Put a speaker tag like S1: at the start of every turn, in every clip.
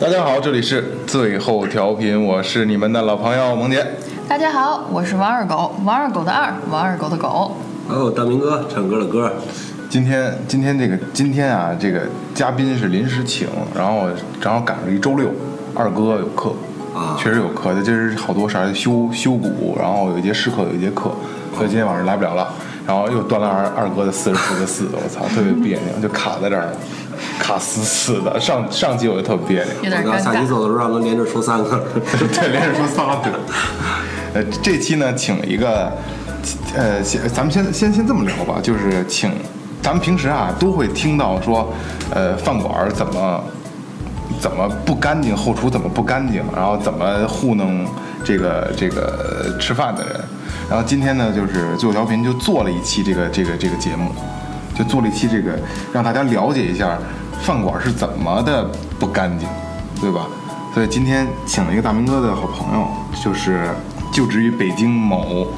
S1: 大家好，这里是最后调频，我是你们的老朋友萌姐。
S2: 大家好，我是王二狗，王二狗的二，王二狗的狗。
S3: 哦，大明哥唱歌的歌，
S1: 今天今天这个今天啊，这个嘉宾是临时请，然后我正好赶上一周六，二哥有课
S3: 啊
S1: 确实有课，他今啊儿好多啥修修补，然后有一节试课，有一节课，所以今天晚上来不了了。然后又断了二二哥的四十四个四，我操，特别别扭，就卡在这儿了，卡死死的。上上集我就特别别扭。
S2: 有点
S3: 我到
S2: 尴
S3: 下期
S2: 尬。
S3: 走的时候让他连着出 三个。
S1: 对，连着说仨对。呃，这期呢，请了一个，呃，先咱们先先先这么聊吧，就是请，咱们平时啊都会听到说，呃，饭馆儿怎么怎么不干净，后厨怎么不干净，然后怎么糊弄这个这个呃吃饭的人。然后今天呢，就是最后调频就做了一期这个这个这个节目，就做了一期这个，让大家了解一下饭馆是怎么的不干净，对吧？所以今天请了一个大明哥的好朋友，就是就职于北京某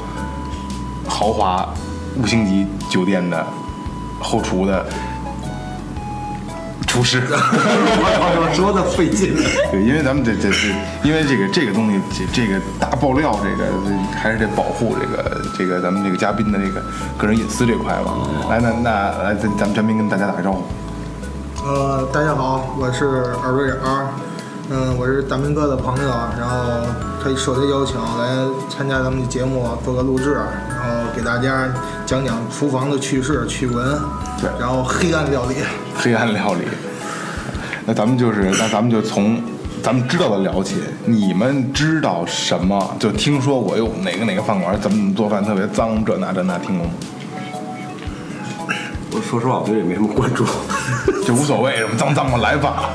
S1: 豪华五星级酒店的后厨的厨师。
S3: 我操，说的费劲。
S1: 对，因为咱们这这这，因为这个这个东西，这这个大爆料，这个还是得保护这个这个咱们这个嘉宾的这个个人隐私这块吧。来，那那来，咱咱们嘉宾跟大家打个招呼。
S4: 呃，大家好，我是耳朵眼儿，嗯、我是大明哥的朋友，啊然后他受他邀请来参加咱们的节目做个录制，然后给大家讲讲厨房的趣事趣闻，
S1: 对
S4: 然后黑暗料理，
S1: 黑暗料理。那咱们就是，那咱们就从咱们知道的聊起。你们知道什么？就听说过哟，哪个哪个饭馆怎么怎么做饭特别脏，这那这那，听过吗？
S3: 我说实话，我对这没什么关注。
S1: 就无所谓，什么脏脏嘛来吧。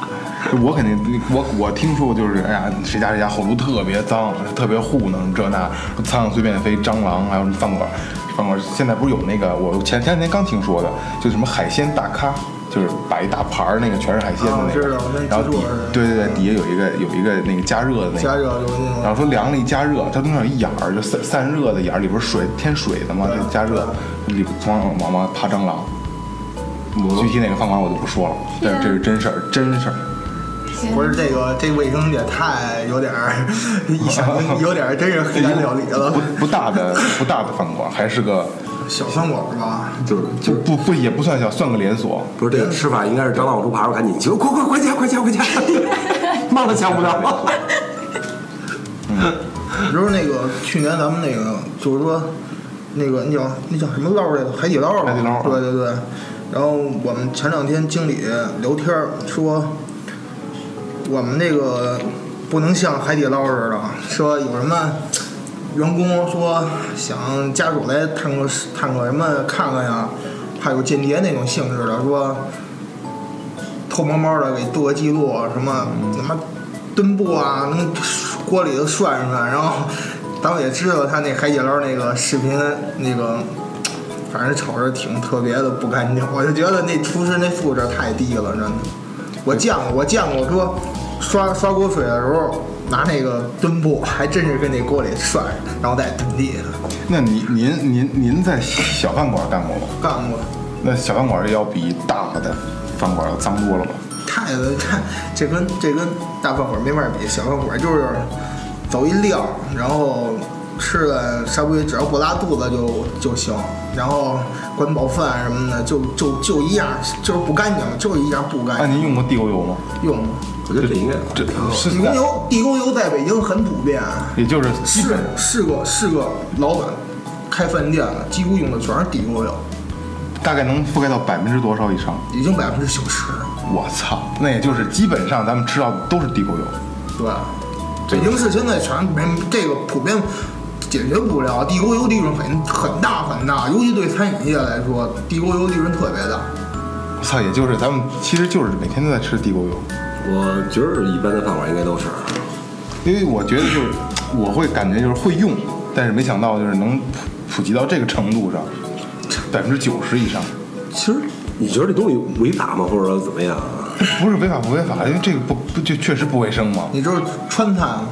S1: 我肯定，我我听说就是，哎呀，谁家谁家后厨特别脏，特别糊弄这那，苍蝇随便飞，蟑螂，还有什么饭馆，饭馆现在不是有那个，我前前两天刚听说的，就什么海鲜大咖，就是摆一大盘儿，那个全是海鲜的
S4: 啊
S1: 那
S4: 我知
S1: 个，
S4: 道我那
S1: 然后底
S4: 听说是
S1: 对对对，底下有一个有一个那个加热的那个，
S4: 加热有那
S1: 然后
S4: 种
S1: 说凉了一加热，它中间有一眼儿，就散散热的眼儿，里边儿水添水的嘛，就加热，里边从往往往爬蟑螂。我具体哪个饭馆我就不说了，但
S4: 嗯
S1: 是这是真事儿，真事儿。
S4: 不是这个这卫生也太有点儿， 一想就有点儿真是黑暗料理 了
S1: 不，不大的不大的饭馆，还是个
S4: 小饭馆儿吧，
S3: 就是就，
S1: 就是不不也不算小，算个连锁。
S3: 不是这个吃法应该是蟑螂往出爬，我赶紧就快快快加快加快 加，慢了加不了。
S4: 你知道那个去年咱们那个就是说，那个那叫那叫什么捞来着？海底捞吧。
S1: 海底捞啊
S4: 对对对。然后我们前两天经理聊天儿说，我们那个不能像海底捞似的，说有什么员工说想家属来探个探个什么看看呀，还有间谍那种性质的说。偷摸摸的给做个记录，什么什么墩布啊，能锅里头涮一涮，然后咱们也知道他那海底捞那个视频那个，反正瞅着挺特别的不干净，我就觉得那厨师那素质太低了，真的。我见过，我见过说刷刷锅水的时候拿那个墩布，还真是跟那锅里涮，然后再墩地下
S1: 那您您您您在小饭馆干过吗？
S4: 干过。
S1: 那小饭馆要比大的饭馆要脏多了吧？
S4: 太的，太这跟这跟大饭馆没法比，小饭馆就是走一料，然后吃的稍微只要不拉肚子就就行，然后管饱饭什么的就就就一样，就是不干净，就是一样不干
S1: 那、
S4: 净。
S1: 您用过地沟油吗？
S4: 用
S3: 我觉得这应该
S1: 这哦是
S4: 地沟油，地沟油在北京很普遍，
S1: 也就是基
S4: 是
S1: 本
S4: 是个是个老板开饭店的，几乎用的全是地沟油，
S1: 大概能覆盖到百分之多少以上？
S4: 已经百分之九十，
S1: 我操，那也就是基本上咱们吃到的都是地沟油。
S4: 对。北京市现在全没这个普遍解决不了，地沟油利润很很大很大，尤其对餐饮业来说，地沟油利润特别大。
S1: 我操，也就是咱们其实就是每天都在吃地沟油，
S3: 我觉得一般的饭馆应该都是。
S1: 因为我觉得就是我会感觉就是会用，但是没想到就是能普普及到这个程度上，百分之九十以上，
S3: 其实你觉得这东西违法吗？或者说怎么样？啊
S1: 不是违法不违法，因为这个不不就确实不卫生嘛。
S4: 你知道川菜吗？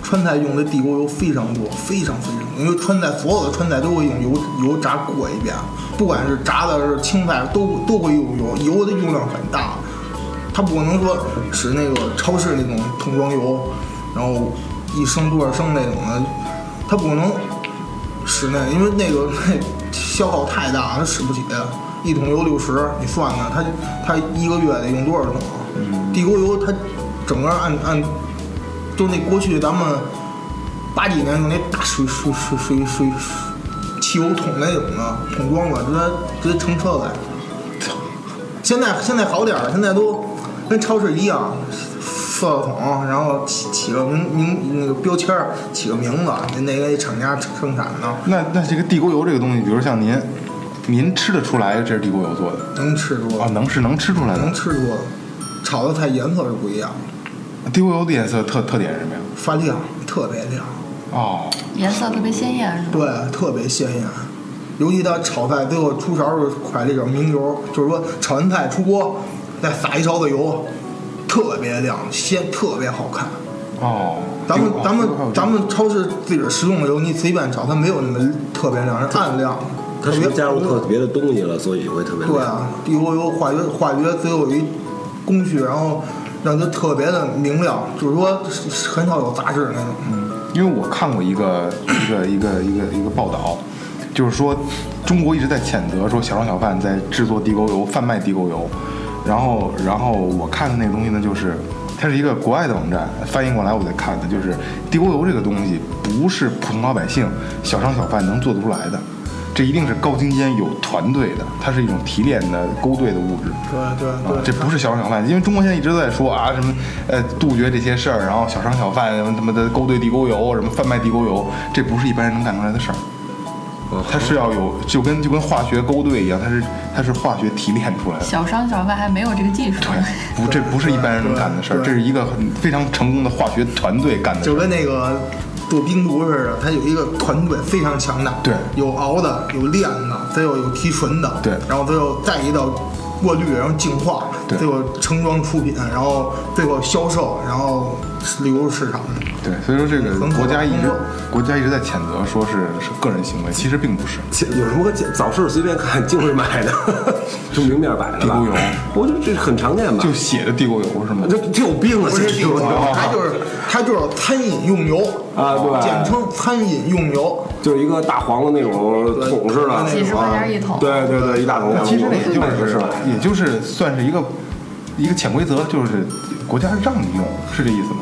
S4: 川菜用的地沟油非常多，非常非常多，因为川菜所有的川菜都会用油油炸过一遍，不管是炸的是青菜，都都会用油，油的用量很大。它不可能说使那个超市那种桶装油，然后一升多少升那种的，它不可能使那，因为那个消耗太大，它使不起。一桶油六十，你算算，它它一个月得用多少桶？地沟油它整个按按，就那过去咱们八几年用那大水水水水水水汽油桶那种的桶装的，直接直接成车载。现在现在好点儿，现在都跟超市一样，塑料桶，然后起起个名名那个标签儿，起个名字，那个厂家生产的
S1: 那那这个地沟油这个东西，比如像您，您吃得出来这是地沟油做的
S4: 能吃多，
S5: 哦
S1: 啊？能是能吃出来
S4: 能
S1: 的。
S4: 吃多，炒的菜颜色是不一样，
S1: 地沟油的颜色特特点是什么呀？
S4: 发亮，特别亮，
S1: 哦，
S2: 颜色特别鲜艳是吧？
S4: 对，特别鲜艳。尤其它炒菜最后出勺时快这种明油，就是说炒完菜出锅，再撒一勺子油，特别亮，鲜，特别好看。
S1: 哦，
S4: 咱们
S1: 地沟
S4: 咱们
S1: 哦还有这
S4: 咱们超市自己儿食用的油，你随便炒，它没有那么特别亮，是暗亮，
S5: 它是不
S4: 别
S5: 是加入特
S4: 红
S5: 别的东西了，所以会特别
S4: 对
S5: 亮。
S4: 啊，地沟油化学化学最后有一工序，然后让它特别的明亮，就是说很少有杂质那种。嗯
S1: 因为我看过一个一个一个一个一个报道，就是说中国一直在谴责说小商小贩在制作地沟油、贩卖地沟油，然后然后我看的那个东西呢，就是它是一个国外的网站翻译过来我在看的，就是地沟油这个东西不是普通老百姓、小商小贩能做得出来的。这一定是高精尖有团队的，它是一种提炼的勾兑的物质。
S4: 对对
S1: 啊
S4: 对，，
S1: 这不是小商小贩，因为中国现在一直在说啊什么呃杜绝这些事儿，然后小商小贩什么他妈的勾兑地沟油，什么贩卖地沟油，这不是一般人能干出来的事儿。
S4: 哦
S1: 它是要有，就跟就跟化学勾兑一样，它是它是化学提炼出来的。
S2: 小商小贩还没有这个技术。
S1: 对，不，这不是一般人能干的事儿，
S4: 对
S1: 这是一个很非常成功的化学团队干的事
S4: 就
S1: 儿。
S4: 跟那个做冰毒似的，它有一个团队非常强大，
S1: 对
S4: 有熬的，有炼的，再有有提纯的，
S1: 对
S4: 然后最后再一道过滤，然后净化，
S1: 对
S4: 最后成装出品，然后最后销售，然后流入市场。
S1: 对，所以说这个
S4: 很可
S1: 国家一直
S4: 很可
S1: 国家一直在谴责说是是个人行为，其实并不是。
S3: 其有什么可讲早市随便看，净是买的， 就明面摆的吧
S1: 地沟油
S3: 我觉得这很常见吧。
S1: 就写着地沟油是吗？
S3: 这这有病啊！
S4: 不是
S3: 这
S4: 地沟油，它就是它就是餐饮用油
S3: 啊对
S4: 简称餐饮用油。
S3: 就是一个大黄的那种
S4: 对
S3: 桶似的，
S2: 几十块钱一桶
S3: 对对对，一大桶。
S1: 那其实那也就
S3: 买的
S1: 呃是
S3: 买的
S1: 也就是算是一个一个潜规则，就是国家让你用，是这意思吗？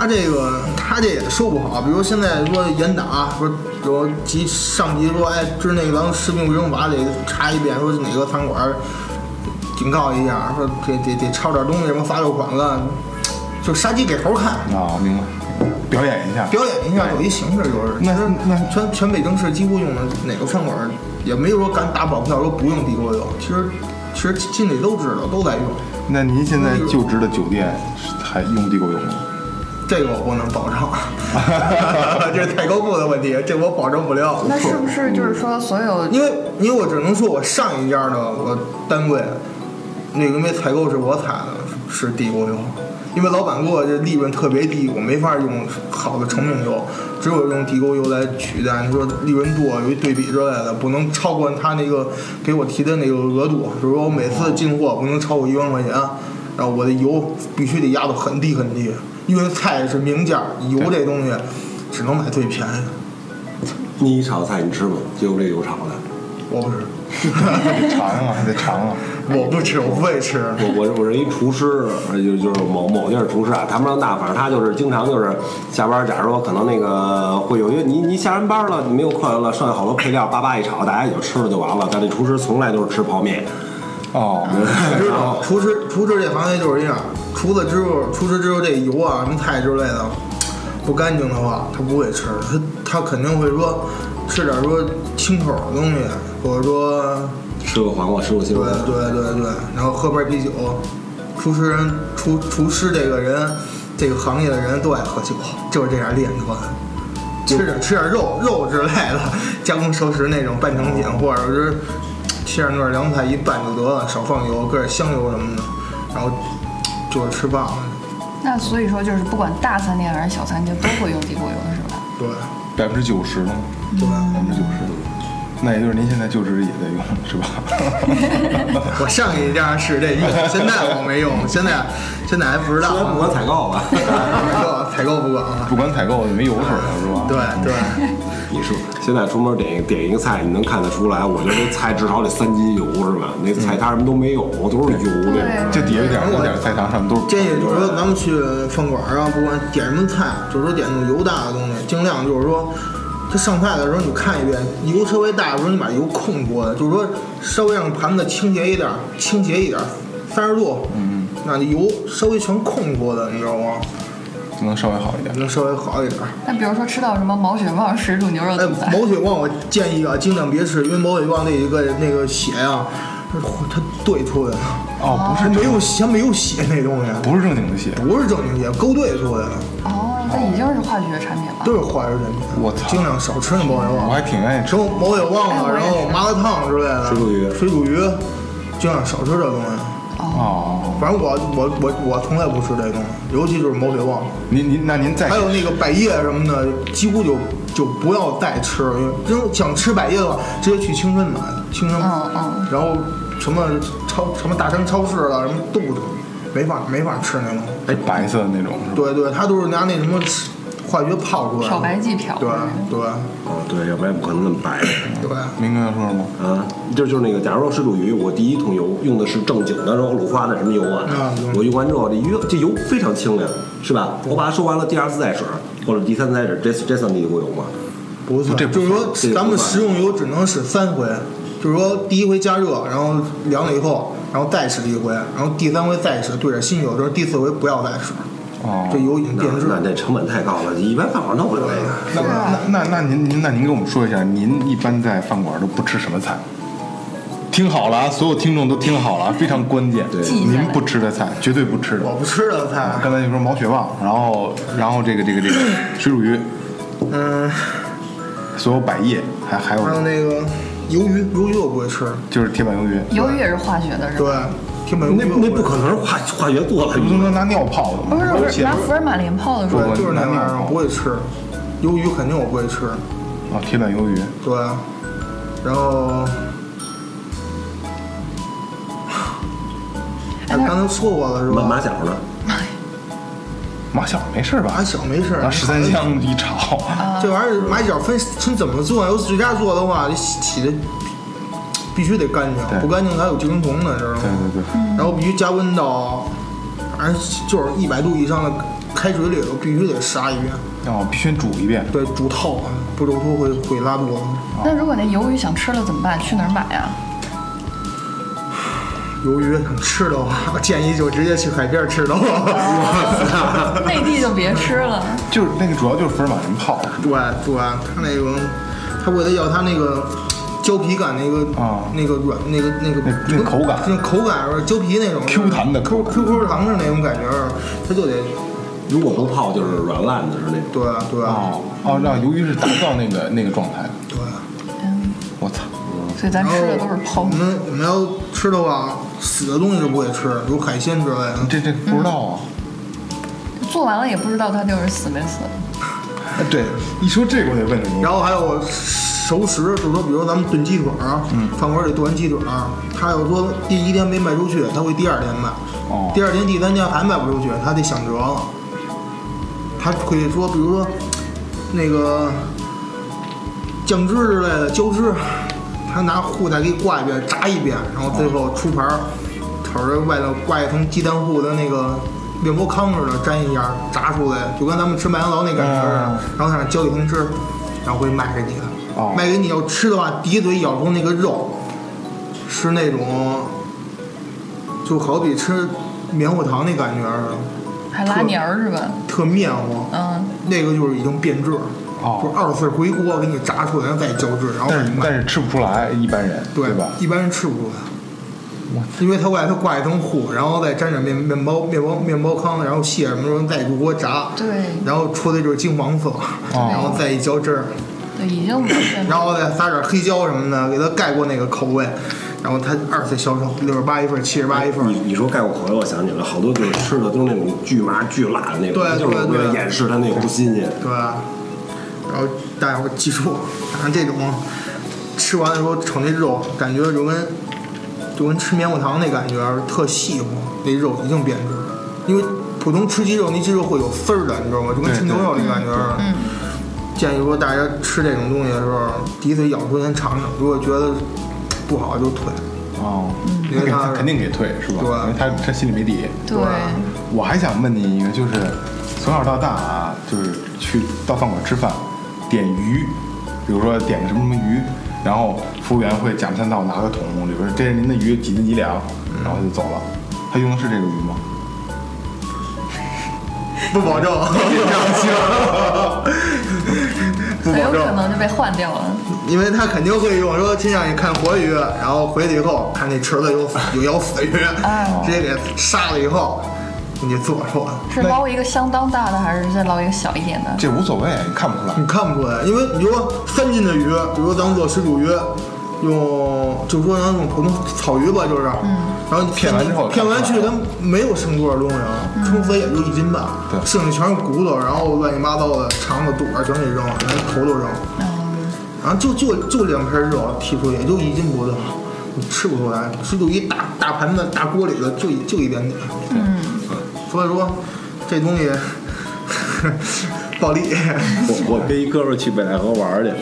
S4: 他这个他这也说不好，比如现在说严打，说有级上级说，哎，知那个咱们食品卫生法得查一遍，说哪个餐馆警告一下，说得得得抄点东西，什么罚六款了，就杀鸡给猴看，
S1: 啊，明白，表演一下。
S4: 表演一下有一形式就是。
S1: 那
S4: 其实
S1: 那
S4: 全全北京市几乎用的哪个餐馆也没有说敢打保票说不用地沟油，其实其实心里都知道，都在用。
S1: 那您现在就职的酒店是还用地沟油 吗？
S4: 这个我不能保证， 这是采购部的问题，这我保证不了。
S2: 那是不是就是说所有
S4: 因为因为我只能说我上一家的我单位那个那采购是我采的，是地沟油，因为老板给我这利润特别低，我没法用好的成品油，只有用地沟油来取代。你说利润多有一对比之类的，不能超过他那个给我提的那个额度，比如说我每次进货不能超过一万块钱，然后我的油必须得压到很低很低，因为菜是明价，油这东西只能买最便宜的。
S3: 你一炒菜你吃吗？就用这油炒的。
S4: 我不吃，
S1: 得尝啊，得尝啊。
S4: 我不吃，我不会吃。
S3: 我我我是一厨师，呃就就是某某地儿厨师啊，谈不上大，反正他就是经常就是下班，假如说可能那个会有，因为你你下完班了，你没有客人了，剩下好多配料叭叭一炒，大家也就吃了就完了。但这厨师从来都是吃泡面，
S1: 哦，
S4: 知道，厨师厨师这行业就是这样，除了之后，厨师之后这油啊、什么菜之类的不干净的话，他不会吃，他他肯定会说吃点说清口的东西，或者说
S3: 吃个黄瓜，吃个西
S4: 对
S3: 红柿。
S4: 对对对，然后喝杯啤酒。厨师人厨厨师这个人，这个行业的人都爱喝酒，就是这样练出来的。吃点吃点肉肉之类的，加工熟食那种半成品，或者是切点段凉菜一拌就得了，少放油，搁点香油什么的，然后就是吃棒子。
S2: 那所以说就是不管大餐厅还是小餐厅都会用地沟油是吧？
S4: 对
S1: 百分之九十呢？
S4: 对，
S1: 百分之九十。那也就是您现在就职也在用是 吧？
S4: 我上一家是这用，现在我没用，现在现在还不知道
S3: 虽然 不管采购吧，
S4: 采购采购不管了。
S1: 不管采购没油水了是吧？
S4: 对对，
S3: 你说现在出门点一点一个菜，你能看得出来，我觉得这菜至少得三斤油是吧？那菜摊什么都没有，都是油那种。
S1: 就底下有点有点菜汤，上面都是
S4: 建议就是说咱们去饭馆啊，不管点什么菜，就是说点那种油大的东西，尽量就是说。他上菜的时候，你看一遍，油稍微大的时候，你把油控过来，就是说稍微让盘子倾斜一点，倾斜一点，三十度，嗯，那油稍微全控过来，你知道吗？
S1: 能稍微好一点。
S4: 能稍微好一点。
S2: 那比如说吃到什么毛血旺水煮牛肉
S4: 哎
S2: 怎么，办？
S4: 毛血旺我建议啊，尽量别吃，因为毛血旺那一个那个血啊，它它兑出来的，
S1: 哦，不
S4: 它
S1: 是
S4: 没有它没有血那东西，
S1: 不是正经的血，
S4: 不是正经血，勾兑出来的，
S2: 哦，这已经是化学产品了。
S4: 都是化学产品。
S1: 我操
S4: 尽量少吃那毛血
S1: 我还
S4: 旺，
S1: 挺愿意吃
S4: 什。么毛血旺啊，
S2: 哎
S4: 然
S2: 我也
S4: 后
S2: 是
S4: 麻辣烫之类的，
S3: 水煮鱼
S4: 水煮鱼，尽量少吃这东西。
S1: 哦，
S4: 反正我我我我从来不吃这东西，尤其就是毛血旺，
S3: 哎
S1: 您您那您再
S4: 还有那个百叶什么的，几乎就就不要再吃了。因为真想吃百叶的话，直接去清真买，清真。
S2: 嗯嗯。
S4: 然后什么超什么大山超市了，什么肚子，没法没法吃那种。
S1: 哎白色的那种是吧？
S4: 对对，他都是拿那什么化学泡出来的。
S2: 漂白剂漂
S4: 啊对对
S3: 哦，对，要不然也不可能那么白。
S4: 对。
S1: 明哥要说什么？
S3: 啊，就就是那个，假如说水煮鱼，我第一桶油用的是正经的肉乳化的什么油啊？
S4: 啊嗯
S3: 我用完之后，这鱼这油非常清凉，是吧？我把它收完了，第二次再使或者第三次再使，这这算地沟油吗？
S4: 不算，
S1: 这不
S4: 就
S1: 算
S4: 是
S3: 这
S4: 说
S3: 不
S4: 咱
S3: 算
S4: 们食用油只能使三回，就是说第一回加热，然后凉了以后，然后再使一回，然后第三回再使兑点新油，就是第四回不要再使，
S1: 哦，
S4: 这油已经
S3: 那
S4: 变质。
S3: 那这成本太高了，一般饭馆弄不了这个。
S1: 那那那那您您那您给我们说一下，您一般在饭馆都不吃什么菜？听好了啊，所有听众都听好了啊，非常关键。
S3: 对
S2: 记一下
S1: 您不吃的菜，绝对不吃的
S4: 我。不吃的菜，
S1: 刚才就说毛血旺，然后然后这个这个这个水煮鱼，
S4: 嗯，
S1: 所有百叶，还还
S4: 还有
S1: 有
S4: 那个鱿鱼，鱿鱼我不会吃，
S1: 就是铁板鱿鱼，
S2: 鱿鱼也是化学的，是吧？
S4: 对，啊铁板鱿
S3: 那
S4: 鱼我
S3: 那
S4: 会
S3: 不可能是化化学做的
S1: 这不都能拿尿泡的吗？
S2: 不是不是，
S1: 血
S2: 拿福尔马林泡的时候，
S1: 我
S4: 对，就是那玩意
S1: 难
S4: 儿
S1: 免
S4: 我不会吃，鱿鱼肯定我不会吃，
S1: 哦，铁板鱿鱼，
S4: 对，然后。哎，刚才说过了是
S3: 马马
S4: 吧？
S3: 小呢？
S1: 麻小没事吧
S4: 马？小没事儿，
S1: 拿十三香一炒，
S2: 啊
S4: 这玩意儿马小分分怎么做？要自家做的话，这洗的必须得干
S1: 对
S4: 净，不干净还有寄生虫呢，知道吗？
S1: 对对对，
S4: 然后必须加温到，反正就是一百度以上的开水里头必须得杀一遍，
S1: 哦，必须煮一遍。
S4: 对，煮透啊，不煮透会会拉肚子。
S2: 那如果那鱿鱼想吃了怎么办？去哪儿买啊 呀？
S4: 鱿鱼想吃的话，我建议就直接去海边吃的 话。
S2: 内地就别吃了。
S1: 就是那个主要就是福尔马林泡的，
S4: 对对，它那个，它为了要它那个胶皮感，那个、
S1: 啊
S4: 那个软，那个那个
S1: 那那口感
S4: 那口感是胶皮那种
S1: Q 弹的口感
S4: Q Q Q 弹的那种感觉，它就得
S3: 如果不泡就是软烂的是那种。
S4: 对对、
S1: 哦哦，让鱿鱼是达到那个那个状态的。
S4: 对。
S1: 我操，
S2: 所以咱
S4: 然后
S2: 吃的都是泡
S4: 我
S2: 面。
S4: 们我们要吃的话，死的东西就不会吃，比如海鲜之类的。
S1: 这这不知道啊。
S2: 做完了也不知道它就是死没死。
S1: 哎对，一说这个我得问你，
S4: 嗯然后还有熟食，就是说，比如咱们炖鸡腿儿啊，
S1: 嗯
S4: 饭馆里炖完鸡腿儿啊，他要说第一天没卖出去，他会第二天卖，
S1: 哦
S4: 第二天、第三天还卖不出去，他得想辙了。他可以说，比如说那个酱汁之类的浇汁，他拿护再给挂一遍，炸一遍，然后最后出盘儿，瞅着外头挂一层鸡蛋糊的那个面包糠似的，粘一下炸出来，就跟咱们吃麦当劳那感觉似的
S1: 嗯，
S4: 然后在那浇一层汁，然后会卖给你的。
S1: 哦
S4: 卖给你要吃的话，第一嘴咬住那个肉，是那种就好比吃棉花糖那感觉似的，
S2: 还拉泥儿是吧？
S4: 特面糊。
S2: 嗯，
S4: 那个就是已经变质了，
S1: 哦
S4: 就是二次回锅给你炸出来，然后再浇汁，然后
S1: 但
S4: 再
S1: 是
S4: 卖，
S1: 但是吃不出来一般人，
S4: 对
S1: 吧？
S4: 一般人吃不出来，因为它外头挂一层糊，然后再沾点面面包面包面包糠，然后蟹什么时候再入锅炸，
S2: 对
S4: 然后出的就是金黄色，
S1: 哦
S4: 然后再一浇汁儿，
S2: 对，已经完全。
S4: 然后再撒点黑椒什么的，给它盖过那个口味，然后它二次销售，六十八一份，七十八一份。
S3: 你你说盖过口味，我想起来，好多就是吃的都是那种巨麻巨辣的那种，
S4: 对
S3: 就是为
S4: 对
S3: 了
S4: 对
S3: 掩饰它那个不新鲜。
S4: 对吧？然后大家伙记住，反正这种吃完的时候瞅那肉，感觉就跟就跟吃棉花糖那感觉特细乎，那肉一定变质了。因为普通吃鸡肉，那鸡肉会有丝儿的，你知道吗？就跟吃
S1: 对
S4: 牛
S1: 对
S4: 肉那
S1: 对
S4: 感觉似的。
S2: 嗯，
S4: 建议说大家吃这种东西的时候，第一次咬出先尝尝，如果觉得不好就退。
S1: 哦，
S4: 因为
S1: 给他
S4: 他
S1: 肯定给退是吧？
S4: 对
S1: 因为他他心里没底。
S2: 对，
S1: 我还想问你一个，就是从小到大啊，就是去到饭馆吃饭，点鱼，比如说点个什么什么鱼，然后服务员会假三道拿个桶，里边这是您的鱼几斤几两，然后就走了。他用的是这个鱼吗？
S4: 不 保证，不
S2: 很有
S4: 保
S2: 可
S4: 证，
S2: 能就被换掉了。嗯
S4: 因为他肯定会用说先让你看活鱼，然后回去以后看那池子有有咬死鱼
S2: 哎，
S4: 直接给杀了以后，你自我说，
S2: 是捞一个相当大的，还是再捞一个小一点的？
S1: 这无所谓，你看不出来。
S4: 你看不出来，因为你说三斤的鱼，比如咱们做水煮鱼，用就说咱用普通草鱼吧，就是，然后你
S1: 片完之后
S4: 片完
S1: 看不
S4: 去
S1: 出来
S4: 它没有剩多少东西啊，撑死也就一斤半，
S1: 对
S4: 剩下全是骨头，然后乱七八糟的肠子、肚儿全给扔了，连头都扔了，
S2: 嗯，
S4: 然后就就就两片肉剔出去，也就一斤不到，你吃不出来，水煮一大大盘子、大锅里的就一就一点点，所以说这东西 暴利。
S3: 我我跟一哥们儿去北戴河玩儿去，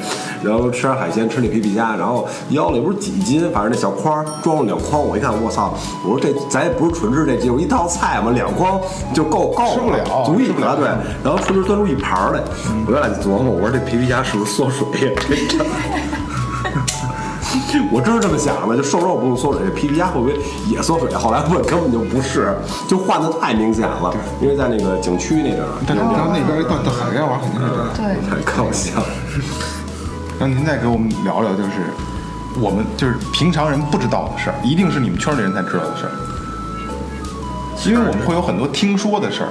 S3: 然后吃点海鲜，吃那皮皮虾，然后腰里不是几斤，反正那小筐儿装了两筐，我一看，我操！我说这咱也不是纯吃这鸡肉，一道菜嘛，两筐就够够
S1: 吃不了
S3: 足以
S1: 吃不了
S3: 对。然后出去端出一盘儿来，我原来就琢磨，我说这皮皮虾是不是缩水呀？这 我真是这么想的，就瘦肉不用缩水，皮皮虾会不会也缩水？后来问根本就不是，就换的太明显了，因为在那个景区那边儿，
S1: 但是然后那边到到海边玩肯定是这样。
S2: 对，
S3: 太搞笑了。
S1: 让您再给我们聊聊，就是我们就是平常人不知道的事儿，一定是你们圈里人才知道的事儿，因为我们会有很多听说的事儿，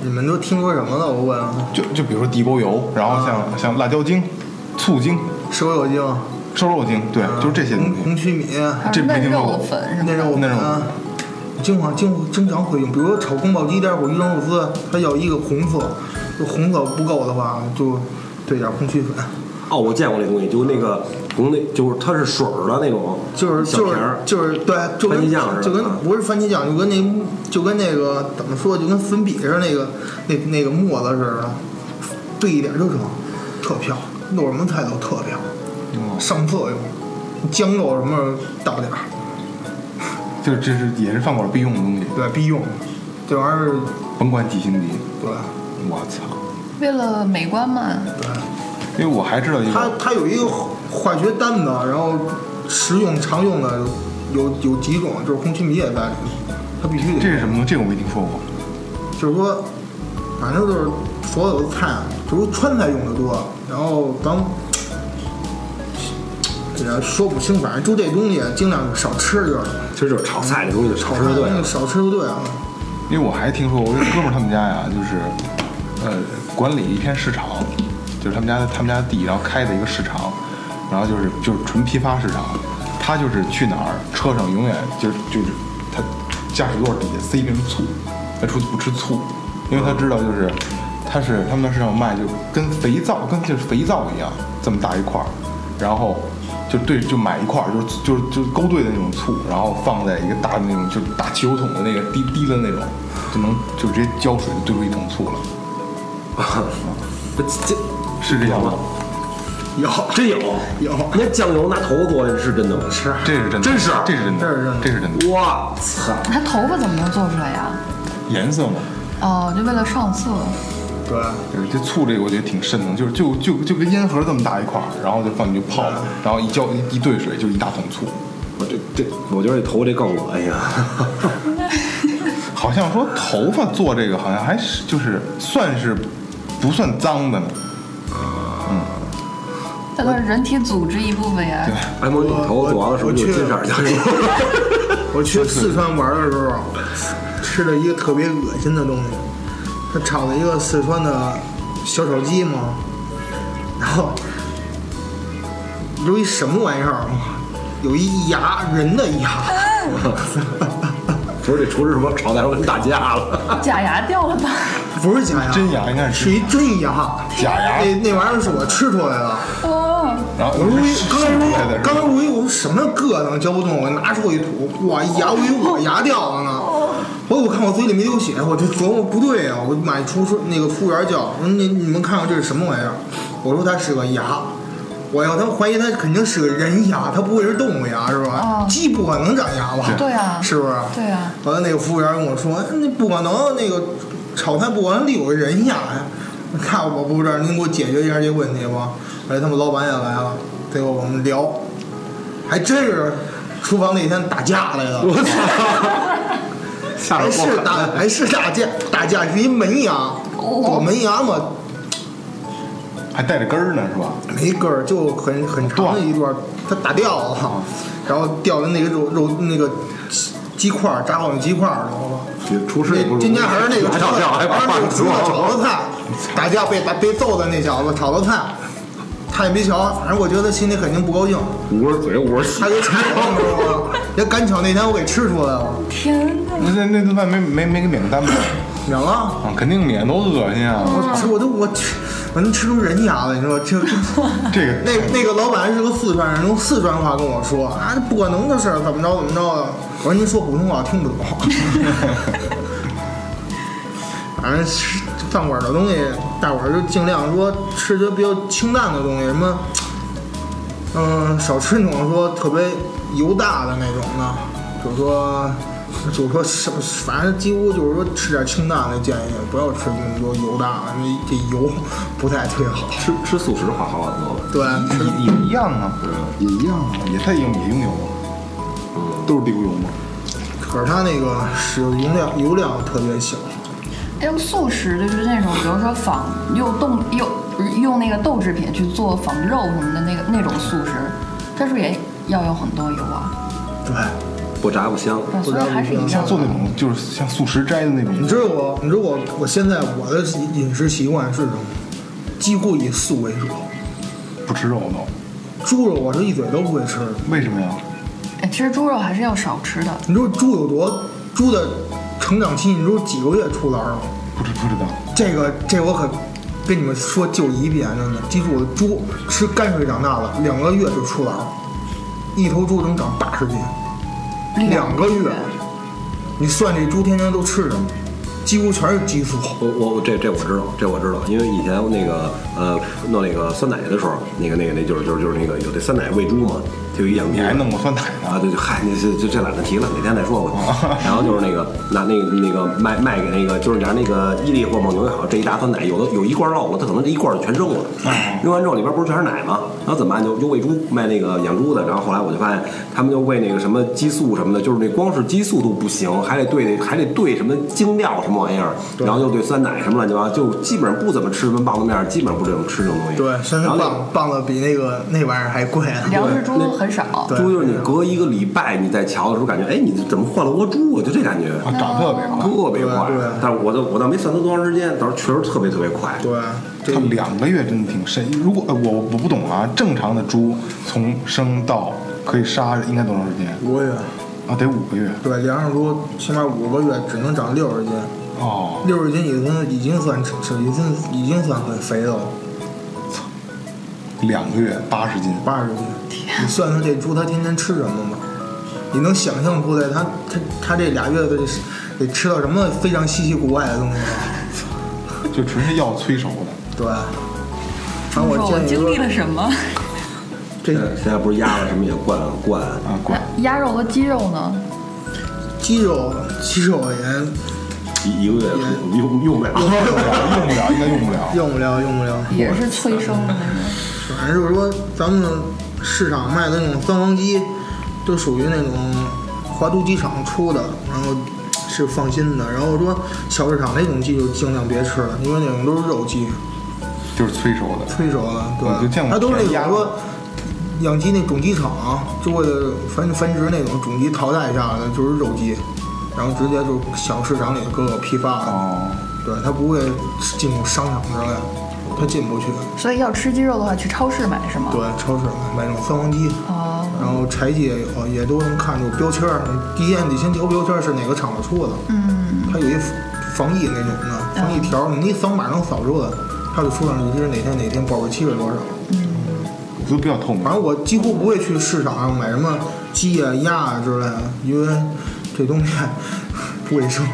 S4: 你们都听说什么了？我问啊，
S1: 就就比如说地沟油，然后像、像辣椒精、醋精、
S4: 手有精，
S1: 瘦肉精，对，就是这些东
S4: 红
S1: 西。
S4: 红曲米，
S2: 嗯还
S1: 这
S2: 是
S1: 没
S2: 嫩
S1: 听说
S2: 肉
S1: 过
S2: 的粉什么
S4: 那
S2: 的
S4: 是。我们啊，经常经经常会用，比如说炒宫保鸡丁或鱼香肉丝，它要一个红色，就红色不够的话，就兑点红曲粉，
S3: 哦，我见过那东西，就那个红那，就是它是水儿的那种，
S4: 就是
S3: 小
S4: 就
S3: 瓶
S4: 是
S3: 儿，
S4: 就是对，就
S3: 番
S4: 跟
S3: 茄酱似的
S4: 就跟
S3: 啊
S4: 不是番茄酱，就跟那就跟那个怎么说，就跟粉笔似的那个那那个沫子似的，兑一点就成，特漂亮，弄什么菜都特漂亮，上色用，姜肉什么倒点儿。
S1: 就是这是也是饭馆必用的东西，
S4: 对，必用，这玩意儿，
S1: 甭管几星级。
S4: 对
S1: 我操！
S2: 为了美观嘛，
S4: 对，
S1: 因为我还知道一
S4: 它
S1: 个，
S4: 它有一个化学单子，然后食用常用的有有几种，就是红曲米也在里面，它必须得，
S1: 这是什么东西？这个我没听说过。
S4: 就是说，反正就是所有的菜，啊就是川菜用的多，然后咱们。也说不清，反正就这东西尽量少吃就是，
S3: 其实就是炒菜这东西，就少
S4: 炒
S3: 吃就对
S4: 菜
S3: 了。
S4: 少吃就对了。
S1: 因为我还听说过，我有一哥们儿他们家呀，就是，呃，管理一片市场，就是他们家的他们家的地，然后开的一个市场，然后就是就是纯批发市场，他就是去哪儿车上永远就是就是他驾驶座底下塞一瓶醋，他出去不吃醋，因为他知道就是他是他们那市场卖就跟肥皂跟就是肥皂一样这么大一块儿，然后。就对，就买一块儿，就是就是就是勾兑的那种醋，然后放在一个大的那种就是大汽油桶的那个滴滴的那种，就能就直接浇水就兑出一桶醋了，
S3: 这这
S1: 是这样吗？
S4: 有
S3: 真有
S4: 有
S3: 那酱油拿头发做是真的吗？
S4: 吃，
S1: 这是真的，
S3: 真是啊
S1: 这是真
S4: 这是真
S1: 的
S4: 的，
S1: 这是真的。
S3: 我操！
S2: 它头发怎么能做出来呀？
S1: 颜色嘛，
S2: 哦，就为了上色。
S4: 对，
S1: 就是这醋这个我觉得挺瘆的，就是就就就跟烟盒这么大一块儿，然后就放进去泡，然后一浇一一兑水就是一大桶醋，
S3: 我这这，我觉得这头发这更恶心 啊！
S1: 好像说头发做这个好像还是就是算是不算脏的呢，
S2: 但它是人体组织一部分呀。
S1: 对
S3: 哎，我你头发做完了是不是就 金色儿酱油？
S4: 我去四川玩的时候，吃了一个特别恶心的东西，他炒了一个四川的小炒鸡嘛，然后有一什么玩意儿嘛，有一牙人的牙，
S3: 不是这厨师什么炒菜时候跟打架 了？
S2: 假牙掉了吧？
S4: 不是假牙，
S1: 真牙应该是
S4: 是一真牙，
S1: 假牙
S4: 那那玩意儿是我吃出来的，
S2: 哦，
S1: 然后
S4: 我说吴一，哎刚才
S1: 在那
S4: 说
S1: 儿
S4: 刚才吴一，我说什么咯噔嚼不动，我拿出我一吐，哇，一牙我以为我牙掉了呢。
S2: 哦
S4: 我我看我嘴里没流血，我这琢磨不对啊！我买厨师那个服务员叫，我说你你们看看这是什么玩意儿？我说它是个牙，我要他怀疑他肯定是个人牙，他不会是动物牙是吧？
S2: 哦
S4: 鸡不可能长牙吧？
S2: 对啊
S4: 是不是？
S2: 对啊，
S4: 完了，那个服务员跟我说：“哎那不可能，那个炒菜不可能得有人呀！”哎那我不知道，您给我解决一下这个问题吧。而且他们老板也来了，最后我们聊，还真是厨房那天打架来了，
S1: 下手
S4: 还
S1: 不
S4: 是
S1: 狠
S4: 打还是打架，打架是一门牙，我门牙嘛
S1: 还带着根儿呢，是吧？
S4: 没根儿，就很很长的一段，它打掉了，然后掉的那个肉肉那个鸡鸡块儿炸好的鸡块儿，知道吗？
S3: 厨师也不容易
S4: 今天还是那个
S3: 还
S4: 炒
S3: 照相
S4: 的，
S3: 还把
S4: 还
S3: 话
S4: 是那个
S3: 说
S4: 厨子炒的菜，打架被打被揍的那小子炒的菜，他也没瞧，反正我觉得心里肯定不高兴，
S3: 捂着嘴捂着气
S4: 他给吃了，知道吗？也赶巧那天我给吃出来了，
S2: 天哪！
S1: 那那那顿饭没没没给免个单吗？
S4: 免了，
S1: 啊，肯定免，多恶心啊！
S4: 我吃我都我去，我能吃出人牙来，你说这。
S1: 这个
S4: 那那个老板是个四川人，用四川话跟我说啊，这不可能的事儿，怎么着怎么着的。我说您说普通话我听不懂。 反正吃饭馆的东西，大伙儿就尽量说吃些比较清淡的东西，什么，嗯，少吃那种说特别油大的那种的，就是说，就是说什么，反正几乎就是说吃点清淡的建议，不要吃那么多油大的，那这油不太对好。
S3: 吃吃素食花好很多吧？
S4: 对，吃
S1: 也也一样啊，也一样啊，也在用也用油啊，都是低油嘛。
S4: 可是它那个使用油量油量特别小，
S2: 还有哎素食就是那种，比如说仿用动用用那个豆制品去做仿肉什么的那个那种素食，它是不是也要有很多油啊？
S4: 对。
S3: 不炸不香。
S2: 对，所以还是一
S1: 像
S2: 样
S1: 做那
S2: 的。
S1: 种就是像素食斋的那种，
S4: 你知道我，你知道我，我现在我的饮食习惯是什么吗？几乎以素为主，
S1: 不吃肉都，
S4: 猪肉我是一嘴都不会吃的。
S1: 为什么呀？
S2: 哎，其实猪肉还是要少吃的。
S4: 你知道猪有多猪的成长期，你知道几个月出栏吗？
S1: 不知不知道，
S4: 这个这我可跟你们说就一遍，真的，记住，猪吃泔水长大的，两个月就出栏了，一头猪能长八十斤。两个月你算这猪天天都吃什么？几乎全是激素。
S3: 我我我这这我知道，这我知道，因为以前那个呃弄那个酸奶的时候，那个那个那就是就是就是那个有这酸奶喂猪嘛，就有一养猪
S1: 你还弄过酸奶呢？
S3: 啊，对，就嗨，你这这这懒得提了，哪天再 说吧。然后就是那个拿那个那个卖卖给那个，就是点那个伊利或蒙牛也好，这一大盆奶，有的有一罐漏了，它可能这一罐就全扔了，
S4: 嗯
S3: 扔完之后里边不是全是奶吗？然后怎么办？就就喂猪卖那个养猪的。然后后来我就发现他们就喂那个什么激素什么的，就是那光是激素都不行，还得兑还得兑什么精料什么玩意儿，然后又兑酸奶什么乱七八糟，就基本上不怎么吃什么棒子面儿，基本上不怎么吃这种东西。
S4: 对，甚至
S3: 然后那
S4: 棒棒子比那个那玩意儿还贵呢。
S2: 粮食猪很少。
S4: 对
S3: 猪就是你隔一个礼拜你再瞧的时候，感觉哎，你怎么换了窝猪啊？就这感觉，
S1: 啊，长特别快，
S3: 特别快
S4: 对对。
S3: 但是我倒我倒没算它多长时间，但是确实特别特别快。
S4: 对，这
S1: 它两个月真的挺深。如果呃我我不懂啊，正常的猪从生到可以杀应该多长时间
S4: 五个月，
S1: 啊？得五个月
S4: 对，粮食猪起码五个月只能长六十斤，
S1: 哦，
S4: 六十斤已经已经算已经已经算很肥的了，
S1: 两个月八十斤，
S4: 八十斤。你算算这猪它天天吃什么吗？你能想象出来它它它这俩月得得吃到什么非常稀奇古怪的东西吗？
S1: 就纯是药催熟的，
S4: 对，
S2: 猪
S4: 反正
S2: 肉我
S4: 建议
S2: 经历
S4: 说
S2: 了什么？
S4: 这
S3: 呃现在不是鸭了什么也灌灌，
S1: 啊，管
S2: 鸭肉和鸡肉呢？
S4: 鸡肉鸡肉也
S3: 一一个月用用不了。
S1: 用不了，应该用不了。
S4: 用不了用不了。
S2: 也是催生的那
S4: 反正就是说，咱们市场卖的那种三黄鸡，都属于那种华都鸡场出的，然后是放心的。然后说小市场那种鸡就尽量别吃了，因为那种都是肉鸡，
S1: 就是催熟的，
S4: 催熟的，
S1: 我哦就见过啊
S4: 啊对，它都是
S1: 全
S4: 那
S1: 鸭
S4: 种说养鸡那种鸡场就为了繁繁殖那种种鸡淘汰下来的就是肉鸡，然后直接就小市场里各个批发的，
S1: 哦，
S4: 对，它不会进入商场之类的，它进不去。
S2: 个。所以要吃鸡肉的话，去超市买是吗？
S4: 对，超市买那种三黄鸡。
S2: 哦，
S4: 然后柴鸡也有，也都能看出标签儿。第一眼得先瞧标签儿是哪个厂子出的，
S2: 嗯，
S4: 它有一防疫那种的，防疫条儿，你一扫码能扫出来，它就说上你是哪天哪天保质期是多少。
S1: 都比较透明
S4: 反。正我几乎不会去市场上买什么鸡啊、鸭啊之类的，因为这东西 不卫生。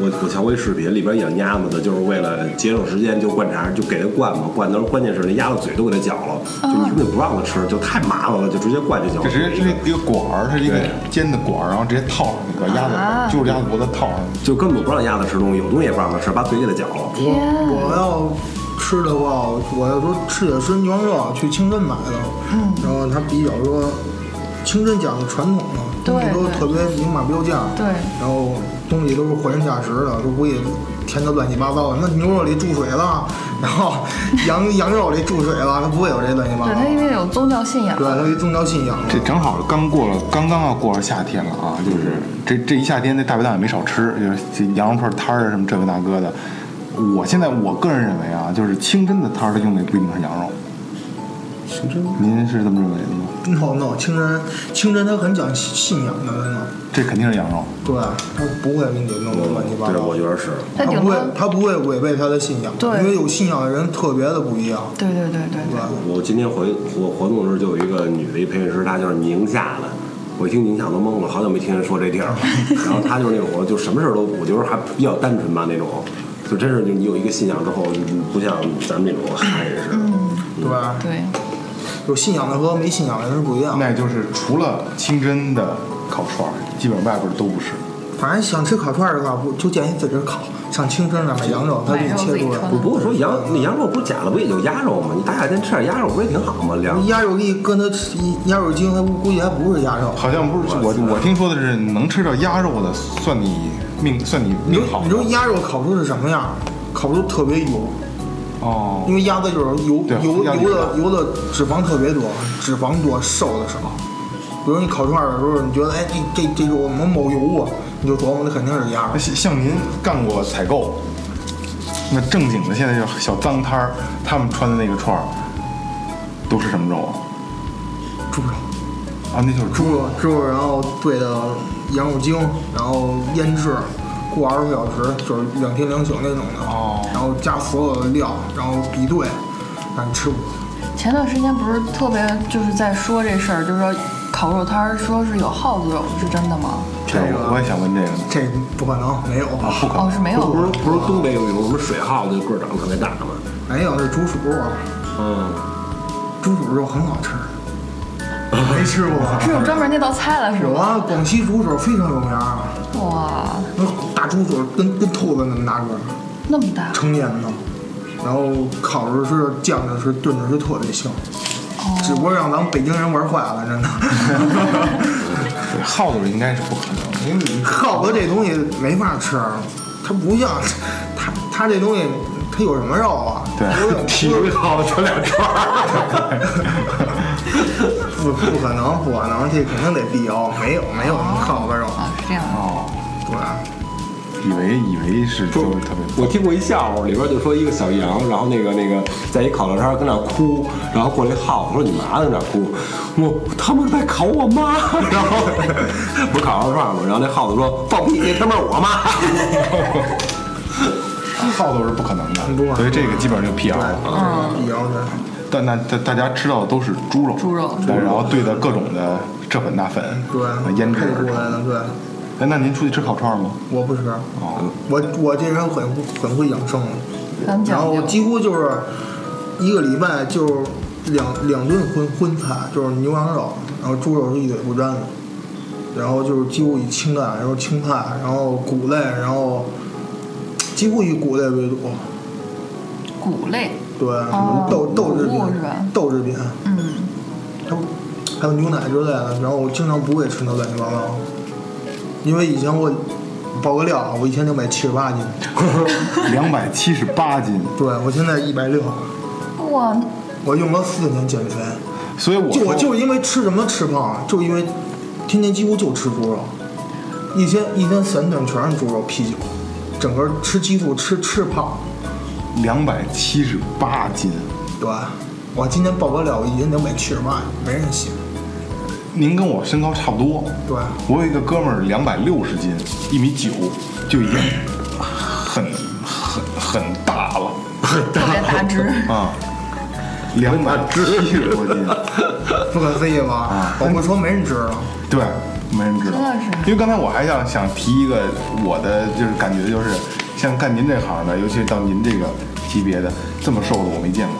S3: 我我瞧过一视频，里边养鸭子的，就是为了节省时间，就灌肠，就给它灌嘛，灌的时候关键是那鸭子嘴都给它绞了，
S4: 啊
S3: 就你根本不让它吃，就太麻烦了，就直接灌就行了。
S1: 这直接是一个管儿，是一个尖的管儿，然后直接套上去，把鸭子、
S2: 啊
S1: 就是鸭子脖子套上去。
S3: 就根本不让鸭子吃东西，有东西也不让它吃，把嘴给它绞了。
S2: 天啊，
S4: 我要吃的话，我要说吃也是牛肉，去清真买的，
S2: 嗯
S4: 然后它比较说清真讲究传统嘛，东西
S2: 对
S4: 都
S2: 对
S4: 特别明码标价，
S2: 对
S4: 然后东西都是货真价实的，都不会填的乱七八糟的。那牛肉里注水了，然后 羊羊肉里注水了，它不会有这乱七八
S2: 对
S4: 糟
S2: 他因
S4: 的。
S2: 为有宗教信仰，
S4: 对，它一宗教信仰嘛。
S1: 这正好刚过了，刚刚要过了夏天了啊，就是这这一夏天，那大排档也没少吃，就是这羊肉串摊儿啊什么这个那个的。我现在我个人认为啊，就是清真的摊儿，它用的不一定是羊肉。
S3: 清真
S1: 您是这么认为的吗？
S4: no no，清真清真它很讲信仰的，真的。
S1: 这肯定是羊肉。
S4: 对，它不会给你弄得乱七八
S3: 对，
S4: 糟
S3: 我。觉得是。
S2: 他
S4: 他
S2: 顶
S4: 不会
S2: 多，
S4: 他不会违背他的信仰，
S2: 对
S4: 因为有信仰的人特别的不一样，
S2: 对对对对
S4: 对
S2: 对
S4: 吧？
S3: 我今天回活活动的时候，就有一个女的一培训师，她就是宁夏的。我一听宁夏都懵了，好久没听人说这地儿了。 然后她就是那种，就什么事儿都，我觉得还比较单纯吧那种，就真是就你有一个信仰之后，你不像咱们这种汉人似的。
S4: 对吧？
S2: 对，
S4: 有信仰的和没信仰的人是不一样。
S1: 那也就是除了清真的烤串儿，基本外边都不是。
S4: 反正想吃烤串儿的话，不就建议自己烤。像清真的买羊肉，他给你切出来
S2: 买肉自己。
S3: 不不过说羊那羊肉不是假的，不也就鸭肉吗？你大夏天吃点鸭肉不也挺好吗？凉。
S4: 鸭肉给你搁那吃鸭肉精，它估计还不是鸭肉。
S1: 好像不是我我听说的是能吃到鸭肉的，算你命算你
S4: 你
S1: 命好
S4: 说你说鸭肉烤出是什么样？烤出特别油，
S1: 哦
S4: 因。为鸭子就是油
S1: 对
S4: 油
S1: 鸭子
S4: 油的油的脂肪特别多，脂肪多瘦的少。比如你烤串儿的时候，你觉得哎这这这肉某某油啊，你就琢磨那肯定是鸭肉
S1: 那。像像您干过采购，那正经的现在就是小脏摊儿，他们穿的那个串儿都是什么肉啊？
S4: 猪肉，
S1: 啊，那就是
S4: 猪
S1: 猪。
S4: 肉，猪肉，然后兑的羊肉精，然后腌制，过二十四小时，就是两天两宿那种的。
S1: 哦
S4: 然后加所有的料，然后比对，让你吃不出来。
S2: 前段时间不是特别就是在说这事儿，就是说烤肉摊儿说是有耗子肉，是真的吗？
S1: 对，我我也想问这个呢。
S4: 这不可能，没有，
S1: 不可
S2: 哦，是没有
S3: 不是
S2: 的，
S3: 不是东北有一种什么水耗子，个儿长得特别大吗？
S4: 没有，是猪鼠肉，啊
S3: 嗯，
S4: 猪鼠肉很好吃，没吃过吧。
S2: 是有专门那道菜了是
S4: 有
S2: 吗？
S4: 啊，广西猪手非常有名儿，
S2: 哇，
S4: 那大猪手跟跟兔子那么大个儿，
S2: 那么大
S4: 成年的，然后烤着吃，酱着吃，炖着吃，特别香。只不过让咱们北京人玩坏了，真的。
S1: 对，耗子应该是不可能，因为你
S4: 耗子这东西没法吃，它不像它它这东西，它有什么肉啊？不
S1: 对
S4: 是
S1: 体育耗子两串儿。
S4: 不不可能，不可能，这肯定得必有，没有没有什么耗子肉，
S2: 啊，是这样的。
S1: 哦，
S4: 对吧？
S1: 以为以为是
S3: 不
S1: 就是特别。
S3: 我听过一笑话，里边就说一个小羊，然后那个那个在一烤肉摊儿跟那儿哭，然后过来一耗子说你嘛呢在那儿哭？我他们在烤我妈，然后 不是烤肉串儿吗？然后那耗子说放屁，那他妈是我妈。
S1: 耗子是不可能
S4: 不可
S1: 的，
S4: 能
S1: 所以这个基本上就辟谣了。
S4: 这是必有的。
S1: 但那大大家吃到的都是猪肉，
S2: 猪肉
S1: 对然后兑的各种的这粉那粉，啊
S4: 对，
S1: 腌制
S4: 配
S1: 而
S4: 出来
S1: 成。
S4: 的，对，
S1: 哎，那您出去吃烤串儿吗？
S4: 我不吃，
S1: 哦，
S4: 我我这人很很会养生的，
S2: 咱们
S4: 然
S2: 讲
S4: 后
S2: 究
S4: 几乎就是一个礼拜就是两两顿荤荤菜，就是牛羊肉，然后猪肉是一嘴不沾的，然后就是几乎以清淡，然后青菜，然后谷类，然后几乎以谷类为主，
S2: 谷类，
S4: 对，什么豆豆制
S2: 哦
S4: 品
S2: 谷物是吧，
S4: 豆制品，
S2: 嗯，
S4: 还有还有牛奶之类的，然后我经常不会吃那乱七八糟的，因为以前我爆个料啊，我一天就买七十八斤，
S1: 两百七十八斤，
S4: 对我现在一百六，
S2: 哇，
S4: 我用了四年减肥。
S1: 所以我
S4: 就
S1: 说
S4: 我就是因为吃什么吃胖啊，就是因为天天几乎就吃猪肉，一天一天三顿全是猪肉啤酒，整个吃激素吃吃胖，
S1: 两百七十八斤。
S4: 对吧？我今天爆个料，我一天能买七十八，没人信，
S1: 您跟我身高差不多，
S4: 对吧？
S1: 我有一个哥们儿两百六十斤，一米九，就已经很很很大了
S2: 特别大只，
S1: 啊。两百七十多斤，
S4: 不可思议吧？
S1: 啊
S4: 我不说没人知道，
S1: 对，没人知道
S2: 真的是。
S1: 因为刚才我还想想提一个我的就是感觉就是，像干您这行的，尤其是到您这个级别的，这么瘦的我没见过。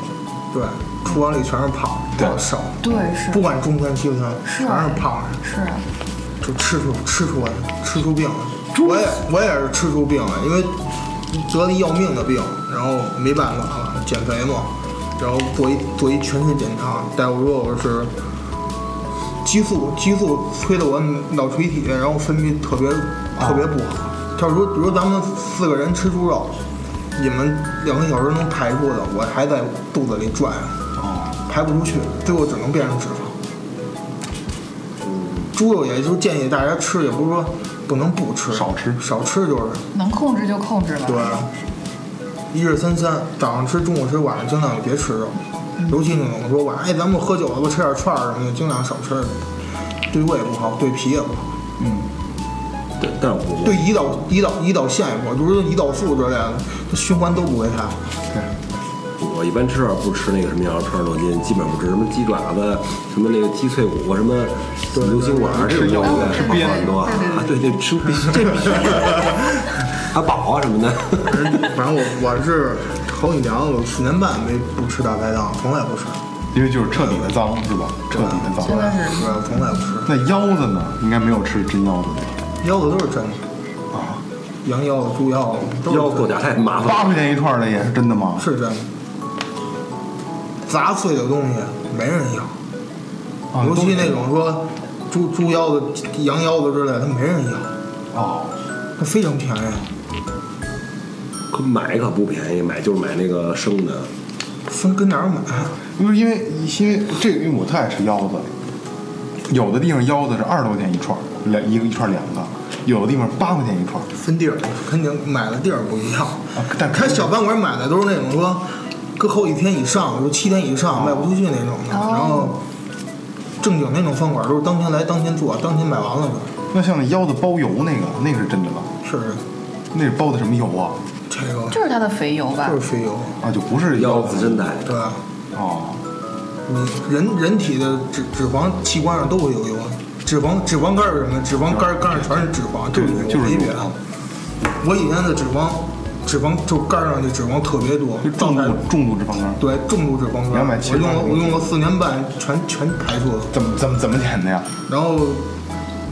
S4: 对，厨房里全是胖，
S1: 对
S4: 胖瘦，
S2: 对是
S4: 不管中餐西餐，
S2: 是
S4: 全是胖人，
S2: 是，
S4: 就吃出吃出来的，吃出病了。我也我也是吃出病了，因为得了要命的病，然后没办法了，减肥嘛，然后做一做一全身检查，大夫说我是激素激素催的我脑垂体，然后分泌特别特别不好。他说，比如咱们四个人吃猪肉，你们两个小时能排出的，我还在肚子里转，
S1: 哦，
S4: 排不出去，最后只能变成脂肪。猪肉也就建议大家吃，也不是说不能不吃，
S1: 少吃
S4: 少吃就是
S2: 能控制就控制吧。
S4: 对，啊一日三餐，早上吃，中午吃，晚上尽量就别吃肉，尤其那种说晚上哎咱们喝酒了吧，吃点串儿什么的，尽量少吃，对胃不好，对脾也不好，
S3: 对， 但是我
S4: 对胰岛胰岛胰岛腺也不好，就是胰岛素之类的，这循环都不会太好。
S1: 对，
S3: 我一般吃肉不吃那个什么羊肉串肉筋，基本不吃什么鸡爪子，什么那个鸡脆骨，什么流心管这种东西，
S2: 吃
S3: 吃
S2: 腰
S3: 很多啊
S2: 对对对，
S3: 对对，吃这比 还饱啊什么的，
S4: 反正我我是头一年有十年半没不吃大排档，从来不吃，
S1: 因为就是彻底的脏是吧？彻底的
S4: 从
S1: 脏。
S4: 来不吃，从来不吃。
S1: 那腰子呢？应该没有吃真腰子吧？
S4: 腰子都是真的，
S1: 啊，
S4: 羊腰子、猪腰子都是
S3: 腰做
S4: 真的
S3: 点太麻烦了。
S1: 八块钱一串的也是真的吗？
S4: 是真的。砸碎的东西没人要，
S1: 啊
S4: 尤其
S1: 都
S4: 那种说猪猪腰子、羊腰子之类的，它没人要，
S1: 哦，
S4: 它非常便宜，
S3: 可买可不便宜，买就是买那个生的，
S4: 分跟哪儿买？
S1: 因为因为因为这个，因为我特爱吃腰子，有的地方腰子是二十多块钱一串儿，两一个一串儿两个，有的地方八块钱一串儿。
S4: 分地儿，肯定买的地儿不一样。
S1: 但
S4: 他小饭馆买的都是那种说搁后一天以上，就七天以上卖不出去那种的，
S2: 哦
S4: 然后正经那种饭馆都是当天来当天做，当天买完了
S1: 那像那腰子包油那个，那个是真的吧？
S4: 就，是不是？
S1: 那是包的什么油啊？
S4: 这个
S2: 就是它的肥油吧
S4: 就。是肥油，
S1: 啊，就不是
S3: 腰子真的。
S4: 对吧？
S1: 哦，
S4: 你人人体的脂脂肪器官上都会有油，脂肪脂肪肝儿是什么？脂肪肝儿肝上全是脂肪，就是
S1: 对就是
S4: 没
S1: 油
S4: 别的。啊我以前的脂肪，脂肪就肝上的脂肪特别多
S1: 就，
S4: 造
S1: 重
S4: 成
S1: 度重度脂肪肝。
S4: 对重度脂肪肝。
S1: 270
S4: 我用了我用了四年半，全全排出了。
S1: 怎么怎么怎么减的呀？
S4: 然后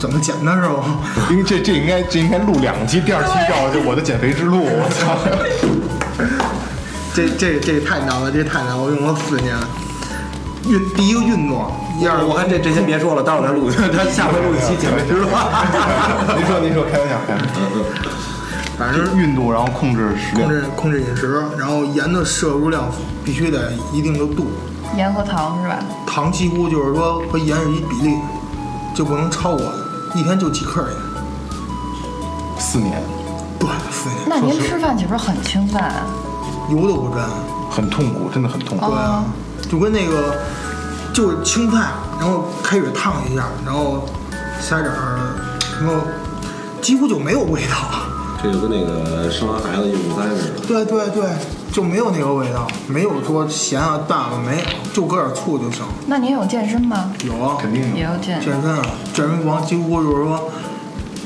S4: 怎么减的是吧？
S1: 因为这这应该这应该录两期，第二期叫就我的减肥之路。我操！
S4: 这这这太难了，这太难了！我用了四年。运第一个运动，第二个
S3: 我看这这先别说了，待会儿咱录， 咱下回录一期减肥知道吧？
S1: 您说您说，开玩笑开玩笑。
S4: 反正
S1: 运动，然后控制食
S4: 控
S1: 量。
S4: 制控制饮食，然后盐的摄入量必须得一定的度，
S2: 盐和糖是吧？
S4: 糖几乎就是说和盐是一比例，就不能超过，一天就几克盐。
S1: 四年，
S4: 对，四年
S2: 那您吃饭岂不是很清淡啊？
S4: 油都不沾，
S1: 很痛苦，真的很痛苦。
S4: 对啊，就跟那个就是青菜，然后开水烫一下，然后塞点儿什么，几乎就没有味道。
S3: 这就跟那个生完孩子用午餐似的。
S4: 对对对，就没有那个味道，没有说咸啊淡啊，没有，就搁点醋就行。
S2: 那您有健身吗？
S4: 有啊，
S1: 肯定
S2: 也
S1: 有。
S2: 要健，
S4: 健身啊，健身房几乎就是说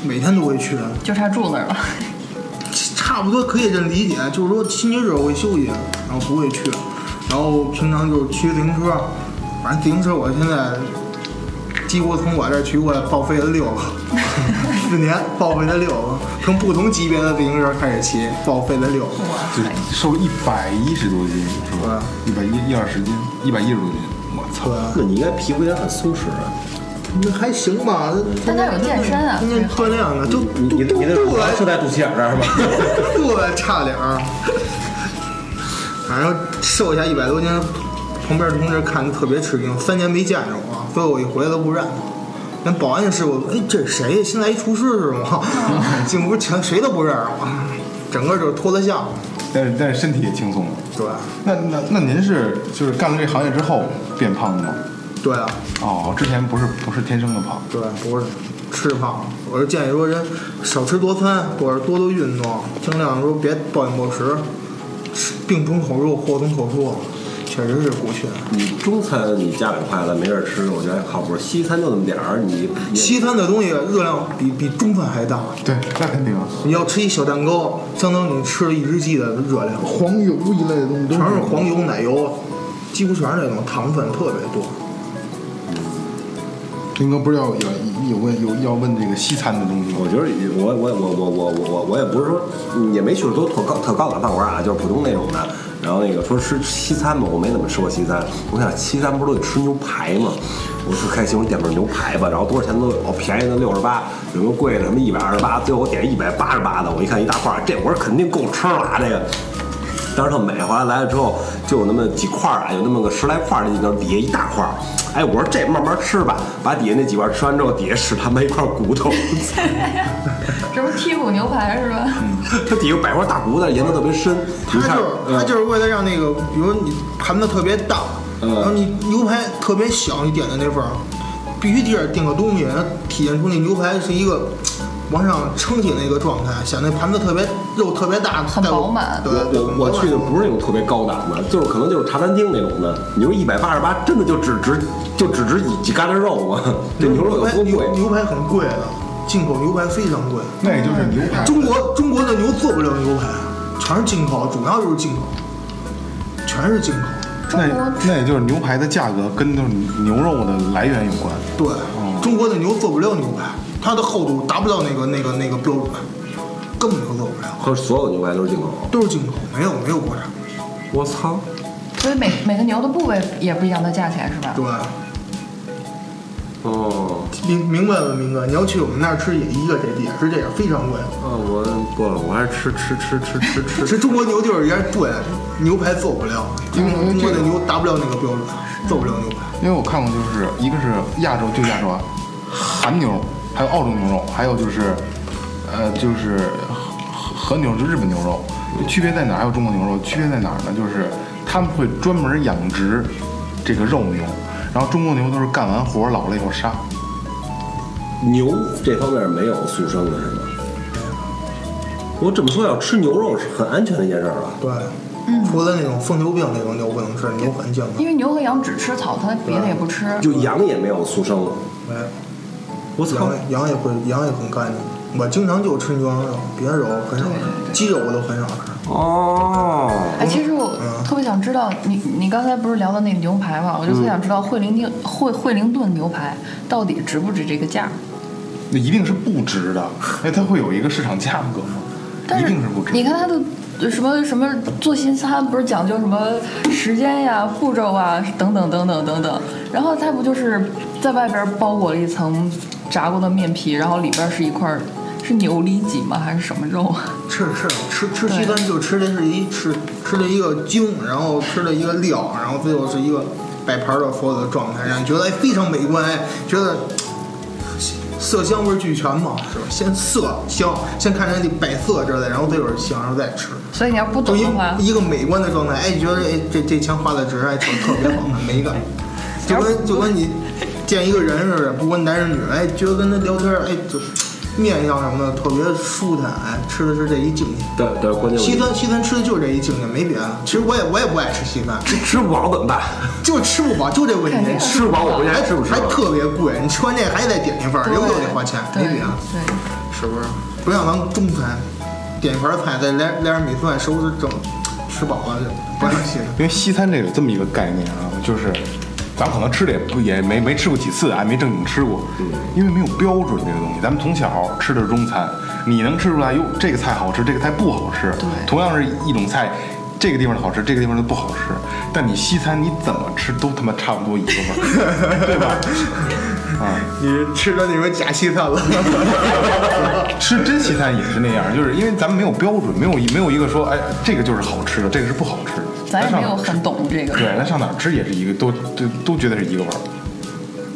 S4: 每天都会去，
S2: 就差住那儿了。
S4: 差不多可以这么理解，就是说星期日我会休息，然后不会去，然后平常就是骑自行车，反正自行车我现在几乎从我这儿骑过来报废了六个， 四年报废了六个，从不同级别的自行车开始骑，报废了六个。
S2: 哇
S1: 就
S2: 塞！
S1: 瘦一百一十多斤是
S4: 对
S1: 吧
S4: 啊？
S1: 一百一一二十斤，一百一十多斤，我操！
S4: 对，啊
S3: 那你应该皮肤也很松弛啊。
S4: 那还行吧。
S2: 但他有健身啊
S4: 天天锻炼呢，就
S3: 你
S4: 肚
S3: 你
S4: 肚
S3: 你的
S4: 肚子
S3: 就在肚脐眼儿这儿吧？
S4: 肚子差点儿，反正瘦下一百多斤，旁边同志看着特别吃惊，三年没见着我，所以我一回来都不认。那保安师傅，哎，这谁呀？新来一厨师是吗？进屋全谁都不认识我，整个就是脱了相。
S1: 但是但是身体也轻松了。
S4: 对，
S1: 那那那您是就是干了这行业之后变胖的吗？
S4: 对啊，
S1: 哦，之前不是不是天生的胖，
S4: 对，不是吃胖。我是建议说人少吃多餐，或者多做运动，尽量说别暴饮暴食，吃病从口入，祸从口出。啊确实是股权。
S3: 你中餐你加两筷子没人吃，我觉得靠谱。西餐就那么点儿，你也
S4: 西餐的东西热量比比中饭还大，
S1: 对，那肯定啊。
S4: 你要吃一小蛋糕，相当于你吃了一只鸡的热量，
S1: 黄油一类的东西都
S4: 全是黄油、奶油，几乎全是那种糖分特别多。
S1: 林哥不是要要有问有要问这个西餐的东西吗？
S3: 我觉得我我我我我我我我也不是说也没去过多特高特高档饭馆啊，就是普通那种的。然后那个说吃西餐嘛，我没怎么吃过西餐。我想西餐不是都得吃牛排吗？我特开心，我点份牛排吧。然后多少钱都有，便宜的六十八，有个贵的什么一百二十八，最后我点一百八十八的。我一看一大块儿，这我说肯定够吃了啊，这个。当时特美，后来来了之后就有那么几块儿啊，有那么个十来块儿的，那底下一大块儿。哎，我说这慢慢吃吧，把底下那几块儿吃完之后，底下是他妈一块骨头，
S2: 这不是剔骨牛排是吧？
S4: 嗯
S3: 它底下有百块大骨头，研究特别深。
S4: 它就是它就是为了让那个，比如你盘子特别大，
S3: 嗯
S4: 然后你牛排特别小，你点的那份儿，必须底下定个东西，它体现出那牛排是一个往上撑起那个状态，显得盘子特别肉特别大，
S2: 很
S4: 带有
S2: 饱满
S4: 对，
S3: 我呃我我去的不是那种特别高档的，就是可能就是茶餐厅那种的。你说一百八十八，真的就只值就只值几几疙瘩肉 吗？这牛肉有多
S4: 牛排牛
S3: 贵？
S4: 牛排很贵的，进口牛排非常贵。
S1: 那也就是牛排。
S4: 中国中国的牛做不了牛排，全是进口，主要就是进口，全是进口。
S1: 那
S2: 中国
S1: 那也就是牛排的价格跟那种牛肉的来源有关。
S4: 对，中国的牛做不了牛排，它的厚度达不到那个那个那个标准，根本就做不了，
S3: 和所有牛排都是进口。
S4: 都是进口，没有没有国产。
S3: 我操！
S2: 所以每每个牛的部位也不一样的价钱是吧？
S4: 对，
S3: 哦，
S4: 明明白了，明哥，你要去我们那儿吃也一个这也是这样，非常贵。
S3: 啊，我不了，我还是吃吃吃吃吃吃。
S4: 吃中国牛就是也是对，牛排做不了，
S1: 因为
S4: 中国的
S1: 这个
S4: 牛达不了那个标准，做不了牛排。
S1: 因为我看过，就是一个是亚洲，就亚洲啊，韩牛，还有澳洲牛肉，还有就是，呃，就是和和牛，就日本牛肉，区别在哪儿？还有中国牛肉，区别在哪儿呢？就是他们会专门养殖这个肉牛，然后中国牛都是干完活儿老了以后杀。
S3: 牛这方面没有速生的是吗？我这么说，要吃牛肉是很安全的一件事儿啊了。
S4: 对，除了那种疯牛病那种牛不能吃，牛很健康。
S2: 因为牛和羊只吃草，它别的也不吃。
S4: 嗯
S3: 就羊也没有速生，
S4: 没有
S3: 我操！
S4: 羊羊也会羊也很干净。我经常就吃牛羊肉，别的肉很少
S2: 对对对
S4: 吃，鸡肉我都很少吃。
S3: 哦，
S2: 哎，其实我
S4: 嗯
S2: 特别想知道，你你刚才不是聊到那牛排嘛，我
S4: 嗯
S2: 就特想知道惠灵顿惠惠灵顿牛排到底值不值这个价？
S1: 那一定是不值的，因为它会有一个市场价格嘛，
S2: 但
S1: 一
S2: 是
S1: 定是不值。
S2: 你看它的什么什么做西餐不是讲究什么时间呀、步骤啊等等等等等等，然后它不就是在外边包裹了一层炸过的面皮，然后里边是一块儿是牛里脊吗还是什么肉啊？
S4: 吃吃吃吃西餐就吃的是一吃吃的一个精，然后吃的一个料，然后最后是一个摆盘的所有的状态，让你觉得哎非常美观，哎觉得色香味俱全嘛，是吧？先色香，先看上去摆色之类，然后最后是香，然后再吃，
S2: 所以你要不
S4: 就
S2: 懂
S4: 一
S2: 的话，
S4: 一个美观的状态，哎，觉得哎这这钱花的值，哎，特特别好，美 感，就跟就跟你见一个人似的，不管男人女人，哎，觉得跟他聊天，哎，就面相什么的特别舒坦，哎，吃的是这一境界。
S3: 对对，关键
S4: 西
S3: 我
S4: 餐西餐吃的就是这一境界，没别的。其实我也我也不爱吃西餐，
S3: 吃不饱怎么办？
S4: 就吃不饱，就这问
S2: 肯
S4: 题
S2: 定。
S3: 吃不饱我回家
S4: 还
S3: 吃不吃
S4: 还
S3: 吧？
S4: 特别贵，你吃完这还得点一份儿，
S2: 对
S4: 又又得花钱，没
S2: 对
S4: 别的，
S2: 对。
S4: 是不是？不像咱们中餐，点一盘菜再来来点米饭，收拾整，吃饱了就不爱吃西餐。
S1: 因为西餐这有这么一个概念啊，就是咱们可能吃的也不也没没吃过几次啊，没正经吃过，
S2: 嗯
S1: 因为没有标准这个东西。咱们从小吃的是中餐，你能吃出来哟，这个菜好吃，这个菜不好吃。
S2: 对
S1: 同样是一种菜，这个地方好吃，这个地方就不好吃。但你西餐你怎么吃都他妈差不多一个味 儿，对吧？
S4: 你吃的那种假西餐了，
S1: 吃真西餐也是那样，就是因为咱们没有标准，没有没有一个说，哎，这个就是好吃的，这个是不好吃的。
S2: 咱也
S1: 上
S2: 没有
S1: 哪儿吃
S2: 很懂这个。
S1: 对，咱上哪儿吃也是一个，都都都觉得是一个味儿。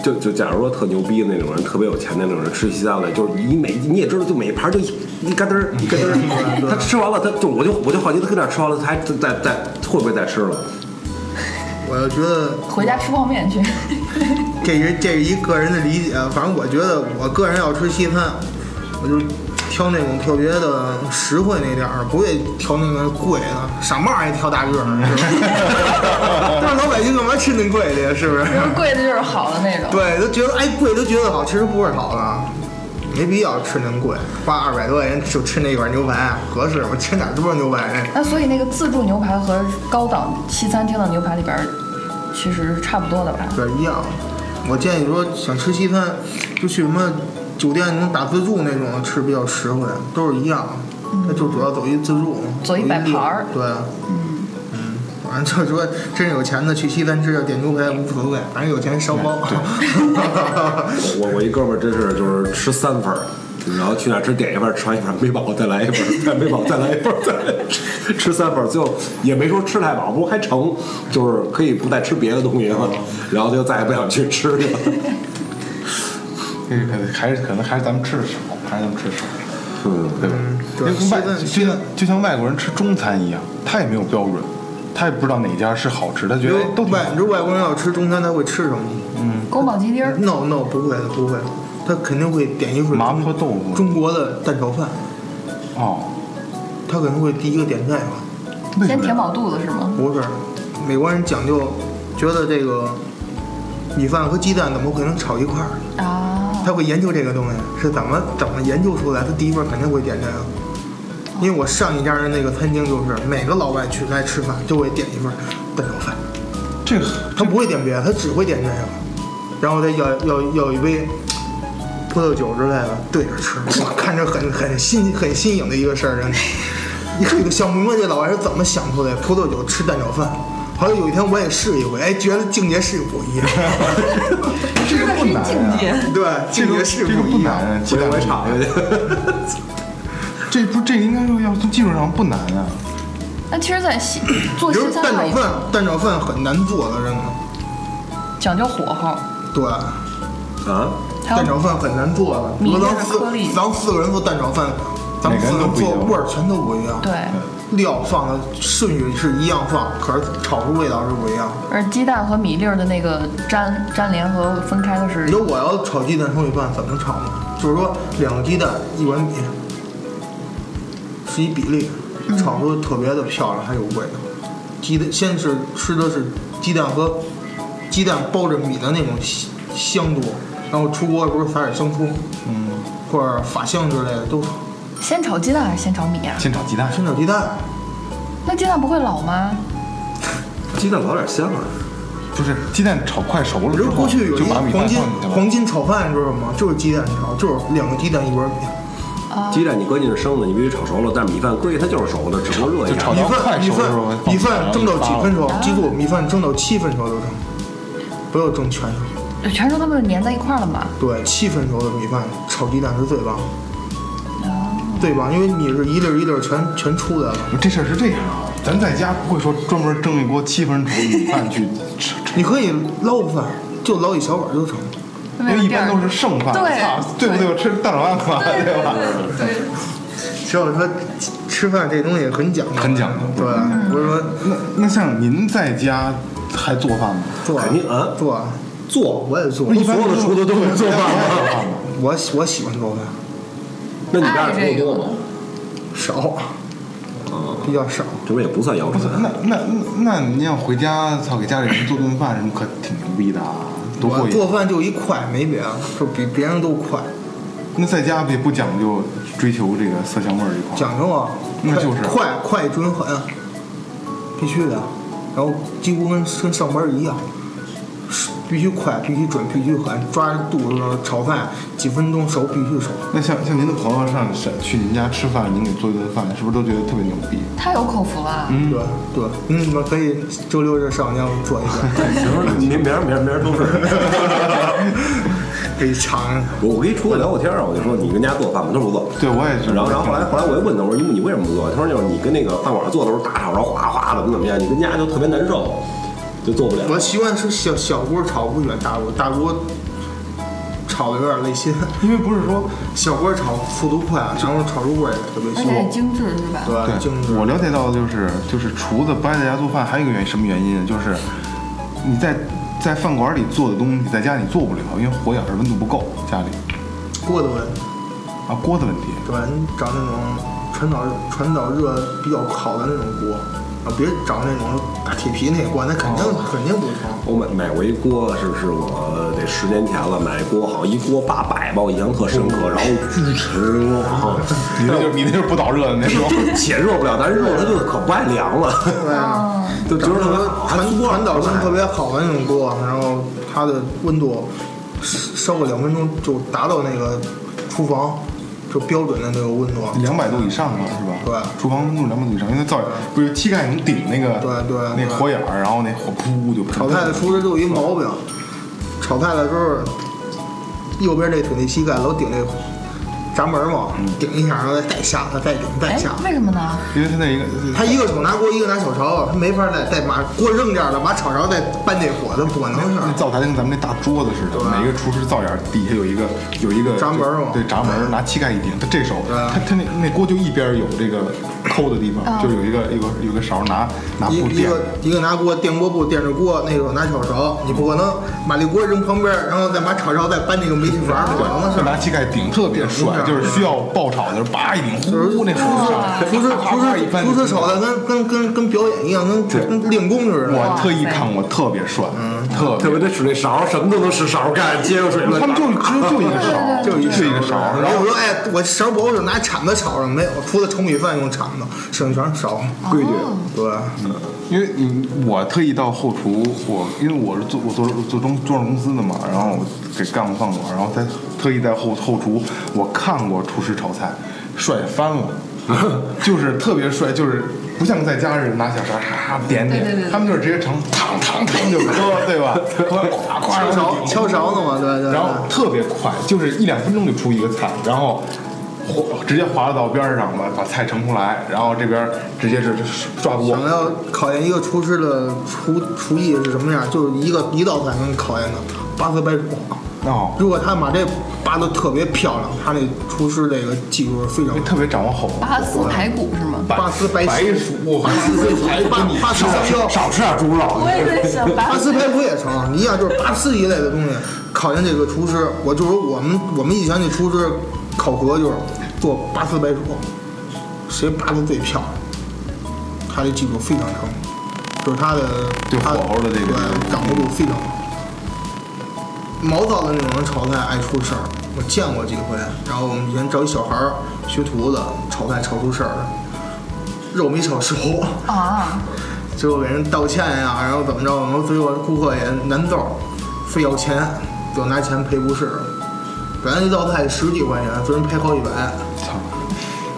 S3: 就就假如说特牛逼的那种人，特别有钱的那种人，吃西餐了，就是你每你也知道，就每盘就一一嘎噔儿一嘎噔儿， 他吃完了，他就我就我就好奇他跟那儿吃完了，他还再再再会不会再吃了？
S4: 我就觉得
S2: 回家吃泡面去，
S4: 这是这是一个人的理解，反正我觉得我个人要吃西餐，我就挑那种特别的实惠那点儿，不会挑那个贵的，傻帽儿也挑大个儿，是吧？但是老百姓干嘛吃那贵的呀？是不是？
S2: 就是贵的就是好的那种。
S4: 对，都觉得哎贵都觉得好，其实不是好的，没必要吃那么贵，花二百多块钱就吃那一碗牛排合适吗？吃哪儿都是牛排。
S2: 那所以那个自助牛排和高档西餐厅的牛排里边儿，其实是差不多的吧？
S4: 对，一样。我建议说，想吃西餐，就去什么酒店能打自助那种吃比较实惠，都是一样。那就主要走一自助，
S2: 嗯走一摆盘儿
S4: 对，嗯嗯，反正就是说，真有钱的去西餐吃要点牛排无所谓，反正有钱烧包。
S3: 我我一哥们儿真是就是吃三份儿，然后去那儿只点一份儿，吃完一份儿没饱再来一份儿，再没饱再来一份儿，再来一份儿吃 三份儿，最后也没说吃太饱，不过还成，就是可以不再吃别的东西了，然后就再也不想去吃去了。
S1: 这个可能还是可能还是咱们吃的少，还是咱们吃的少，
S3: 嗯，
S1: 对吧？
S4: 对啊
S1: 因为外
S4: 现在
S1: 就像就像外国人吃中餐一样，他也没有标准，他也不知道哪家是好吃，他觉
S4: 如
S1: 得哎
S4: 果
S1: 都挺好
S4: 外如果外国人要吃中餐，他会吃什么
S2: 宫保鸡丁儿，
S4: ？No No，不会的，不会的，他肯定会点一份
S1: 麻婆豆腐
S4: 中国的蛋炒饭，
S1: 哦，
S4: 他可能会第一个点这个。
S1: 为什
S2: 先
S1: 么呀？
S2: 填饱肚子是吗？
S4: 不是，美国人讲究，觉得这个米饭和鸡蛋怎么可能炒一块儿？
S2: 啊，
S4: 他会研究这个东西是怎么怎么研究出来。他第一份肯定会点这个，因为我上一家的那个餐厅就是每个老外去来吃饭就会点一份蛋炒饭，
S1: 这个
S4: 他不会点别的，他只会点这个，然后再要要要一杯。葡萄酒之类的对着吃，哇，看着很很新很新颖的一个事儿，真的。一看就想不明白这老外是怎么想出来的葡萄酒吃蛋炒饭。好像有一天我也试一回，哎，觉得境界是不一样。
S2: 吃的是一境界。
S4: 对，
S1: 这
S4: 境
S1: 个
S4: 界是
S1: 啊这个不
S4: 一样。
S1: 难，啊鸡
S3: 回
S1: 蛋
S3: 头我
S1: 不
S4: 啊
S3: 也
S1: 难
S3: 炒下去。
S1: 这不这个应该说要从技术上不难啊。
S2: 那其实，在西做
S4: 比如
S2: 西餐
S4: 蛋
S2: 料
S4: 炒
S2: 理
S4: 饭，蛋炒饭很难做的，真的。
S2: 讲究火候，
S4: 对，
S3: 啊，
S2: 还
S4: 蛋炒
S2: 有
S4: 饭很难做的。
S2: 米
S4: 比如咱
S2: 粒儿的
S4: 四
S2: 颗粒，
S4: 咱四个人做蛋炒饭，咱们
S1: 每个
S4: 四
S1: 人都
S4: 个人
S1: 不一
S4: 做
S1: 样
S4: 味儿全都不一样。
S2: 对，，
S4: 料放的顺序是一样放，可是炒出味道是不一样的。
S2: 而鸡蛋和米粒儿的那个粘粘连和分开的是
S4: 你说我要炒鸡蛋炒米饭怎么炒呢？就是说两个鸡蛋一碗米，是一比例，炒出特别的漂亮，还有味道。鸡蛋先是吃的是鸡蛋和鸡蛋包着米的那种香香度，然后出锅不是撒点香葱，嗯，或者法香之类的都
S2: 先炒鸡蛋还是先炒米啊？
S1: 先炒鸡蛋，
S4: 先炒鸡蛋，
S2: 那鸡蛋不会老吗？
S3: 鸡蛋老点香啊，
S1: 就是鸡蛋炒快熟了
S4: 你
S1: 之
S4: 知道
S1: 后，
S4: 过去有一
S1: 就
S4: 个
S1: 把米饭
S4: 黄
S1: 放
S4: 金
S1: 进去了。
S4: 黄金炒饭，你知道吗？就是鸡蛋炒，就是两个鸡蛋一碗米。
S3: 鸡蛋你关键是生的，你必须炒熟了，但是米饭估计它就是熟的，只不过热一
S1: 就
S3: 下
S1: 炒。
S4: 米
S1: 快
S4: 饭米
S1: 熟的时候
S4: 饭米饭蒸到几分熟？记住，米饭蒸到七分熟就成，不要蒸全熟。
S2: 全熟它不是粘在一块儿了吗？
S4: 对，七分熟的米饭炒鸡蛋是最棒的，最棒，因为你是一粒儿一粒儿全全出来了。
S1: 这事儿是这样啊，咱在家不会说专门蒸一锅七分熟米饭去吃，
S4: 你可以捞饭，就捞一小碗就成。
S1: 因为一般都是剩饭，
S2: 对
S1: 操，对不对？我吃蛋炒饭嘛，对吧？
S4: 所以说，吃吃饭这东西很讲究，啊
S1: 很讲究
S4: 对，不是说
S1: 那那像您在家还做饭吗？
S4: 做
S3: 肯定啊
S4: 做做，我也做。
S3: 不所有的厨子都会做饭 吗？啊
S4: 我喜我喜欢做饭，
S3: 那你家里厨子多吗？
S4: 少，比较少。
S3: 这不是也不算腰啊
S1: 不
S3: 斩
S1: 是，那那那那您要回家，操，给家里人做顿饭什么，可挺牛逼的啊，多
S4: 我
S1: 过
S4: 做
S1: 瘾。
S4: 饭就一快，没别的，就比别人都快。
S1: 那在家也不讲究追求这个色香味儿这块儿，
S4: 讲究啊，
S1: 那就是
S4: 快快准狠，啊必须的。然后几乎跟跟上班一样，是必须快，必须准，必须狠，抓着肚子炒饭几分钟熟必须熟。
S1: 那像像您的朋友上上去您家吃饭，您给做一顿饭，是不是都觉得特别牛逼？
S2: 太有口福了。
S1: 嗯
S4: 对对，嗯，你们可以周六日上我家我们做 一下，
S3: 行，明明儿明儿明儿都是。
S4: 可以尝尝。
S3: 我我跟一厨子聊过天儿啊，我就说你跟家做饭吗？他说不做。
S1: 对我也是
S3: 然后然后后来后来我又问他，我说你你为什么不做？他说就是你跟那个饭馆做的时候大炒，然后哗哗怎么怎么样，你跟家就特别难受，就做不了。
S4: 我习惯是小小锅炒不喜欢大锅，大锅炒的有点累心，
S1: 因为不是说
S4: 小锅炒速度快，啊然后炒出味儿也特别
S2: 而
S4: 香
S2: 且。也精致是吧？
S4: 对，精致。
S1: 我了解到的就是，就是厨子不爱在家做饭，还有一个原因，什么原因？就是你在在饭馆里做的东西，在家里做不了，因为火眼儿温度不够，家里
S4: 过的问，
S1: 啊，锅的问题。
S4: 对，你找那种传导传导热比较好的那种锅，啊，别找那种大铁皮那锅，那肯定、肯定不成。
S3: 我买买过一锅，是是我得十年前了，买一锅好像一锅八百吧，我印象特深刻，然后巨沉哇，
S1: 你那就是你那就是不导热的那种。
S3: 且热不了，但是热它就可不爱凉了，
S4: 对啊，
S3: 就觉
S4: 找
S3: 得特
S4: 那
S3: 别
S4: 种
S3: 好，还
S4: 传
S3: 缩
S4: 传导性特
S3: 特别。
S4: 别好的那种锅，然后它的温度烧个两分钟就达到那个厨房就标准的那个温度。
S1: 两百度以上了是吧？
S4: 对
S1: 厨房温度两百度以上，因为它灶不是膝盖能顶那个，
S4: 对对
S1: 那
S4: 对
S1: 火眼儿，然后那火噗就
S4: 炒菜的厨师都有一毛病，炒菜的时候右边这腿那膝盖老顶这闸门嘛，顶一下，然后再下，再顶，再
S2: 哎
S4: 下。，
S2: 为什么呢？
S1: 因为它那一个
S4: 他一个手拿锅，一个拿小勺，他没法再再把锅扔这儿了，把炒勺再搬这火，他不可能是。
S1: 嗯那灶台跟咱们那大桌子似的，每个厨师灶眼儿底下有一个有一个
S4: 啊闸门儿嘛
S1: 对闸门儿，拿膝盖一顶，他这手
S4: 对啊
S1: 他他那那锅就一边儿有这个抠的地方，
S2: 啊
S1: 就有一个有个有个勺儿拿拿
S4: 一
S1: 布
S4: 一
S1: 垫
S4: 个一个拿锅电锅布垫着锅，那个拿小勺，你不可能把这锅扔旁边，然后再把炒勺再搬这个煤气阀，不可能的事
S1: 就
S4: 儿。
S1: 拿膝盖顶，特别帅，
S4: 嗯
S1: 就是需要爆炒的时候，叭一顶，呼那火上，
S4: 厨师
S1: 啪
S4: 厨
S1: 啪一
S4: 师
S1: 翻
S4: 厨师炒的跟跟跟跟表演一样，跟
S1: 对
S4: 跟练功似的。
S1: 我特意看过，特别帅，
S4: 嗯
S1: 特
S3: 特别得使那勺，什么都能使勺干，接着水了。
S1: 他们就就就一个勺儿，就一个勺儿，然
S4: 然后
S1: 后
S4: 我说，哎，我勺不好使，拿铲子炒上没有？除了炒米饭用铲子，剩下全是勺。
S1: 啊
S3: 规矩，
S1: 哦
S4: 对，
S1: 因为你我特意到后厨，我因为我是做我做做中中转公司的嘛，然后我给干过饭馆，然后在特意在后后厨我看过厨师炒菜，帅翻 了。就是特别帅，就是不像在家似的拿小勺咔点点，
S2: 对对对对
S1: 他们就是直接成烫烫烫就喝，对 吧？夸夸
S4: 敲勺敲勺子嘛，对对
S1: 然后
S4: 对。
S1: 特别快，就是一两分钟就出一个菜，然后哗直接滑到边儿上了，把菜盛出来，然后这边儿直接是刷锅
S4: 想。要考验一个厨师的厨厨艺是什么样，就是一个一道菜能考验的八色白骨。
S1: 哦，
S4: 如果他把这扒的特别漂亮，他那厨师这个技术是非常
S1: 因为特别掌握好。
S2: 拔丝排骨是吗？
S4: 巴斯白
S1: 白薯，
S4: 巴斯白骨，巴巴斯香蕉，
S3: 少吃点猪肉。
S2: 我也在 想拔
S4: 巴斯排骨也成，一样就是巴斯一类的东西考验这个厨师。我就说我们我们以前那厨师考核就是做巴斯白薯，谁扒的最漂亮，他的技术非常成，就是他的
S1: 对
S4: 他
S1: 火候的这个
S4: 对掌握度非常好。毛躁的那种人炒菜爱出事儿，我见过几回。然后我们以前找一小孩儿学徒子炒菜炒出事儿了，肉没炒熟。
S2: 啊，
S4: 最后给人道歉呀，然后怎么着，然后最后顾客也难揍，非要钱，就拿钱赔不是。本来一道菜十几块钱，最后人赔好几百，
S1: 操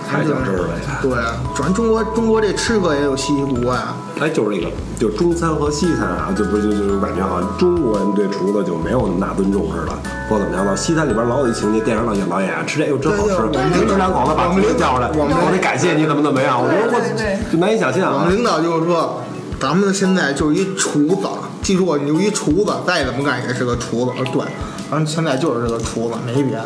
S3: 太讲究了呀
S4: 对，主要中国中国这吃个也有稀奇古怪，
S3: 哎，就是这个，就是中餐和西餐啊，就不就就感觉好像中国人对厨子就没有那么大尊重似的，或者怎么样吧。西餐里边老有一情节，电影老演老演啊吃这个真好吃，
S4: 对对
S3: 你吃两口子把
S4: 我
S3: 厨
S4: 们
S3: 子叫出来，
S4: 我们
S3: 我得感谢你怎么怎么样，我觉得
S2: 对对
S3: 我就难以想象
S4: 我
S3: 啊
S4: 们。领导就是说，咱们现在就是一厨子，记住啊，你就一厨子，再怎么干也是个厨子。我说对，咱们现在就是这个厨子，没别的，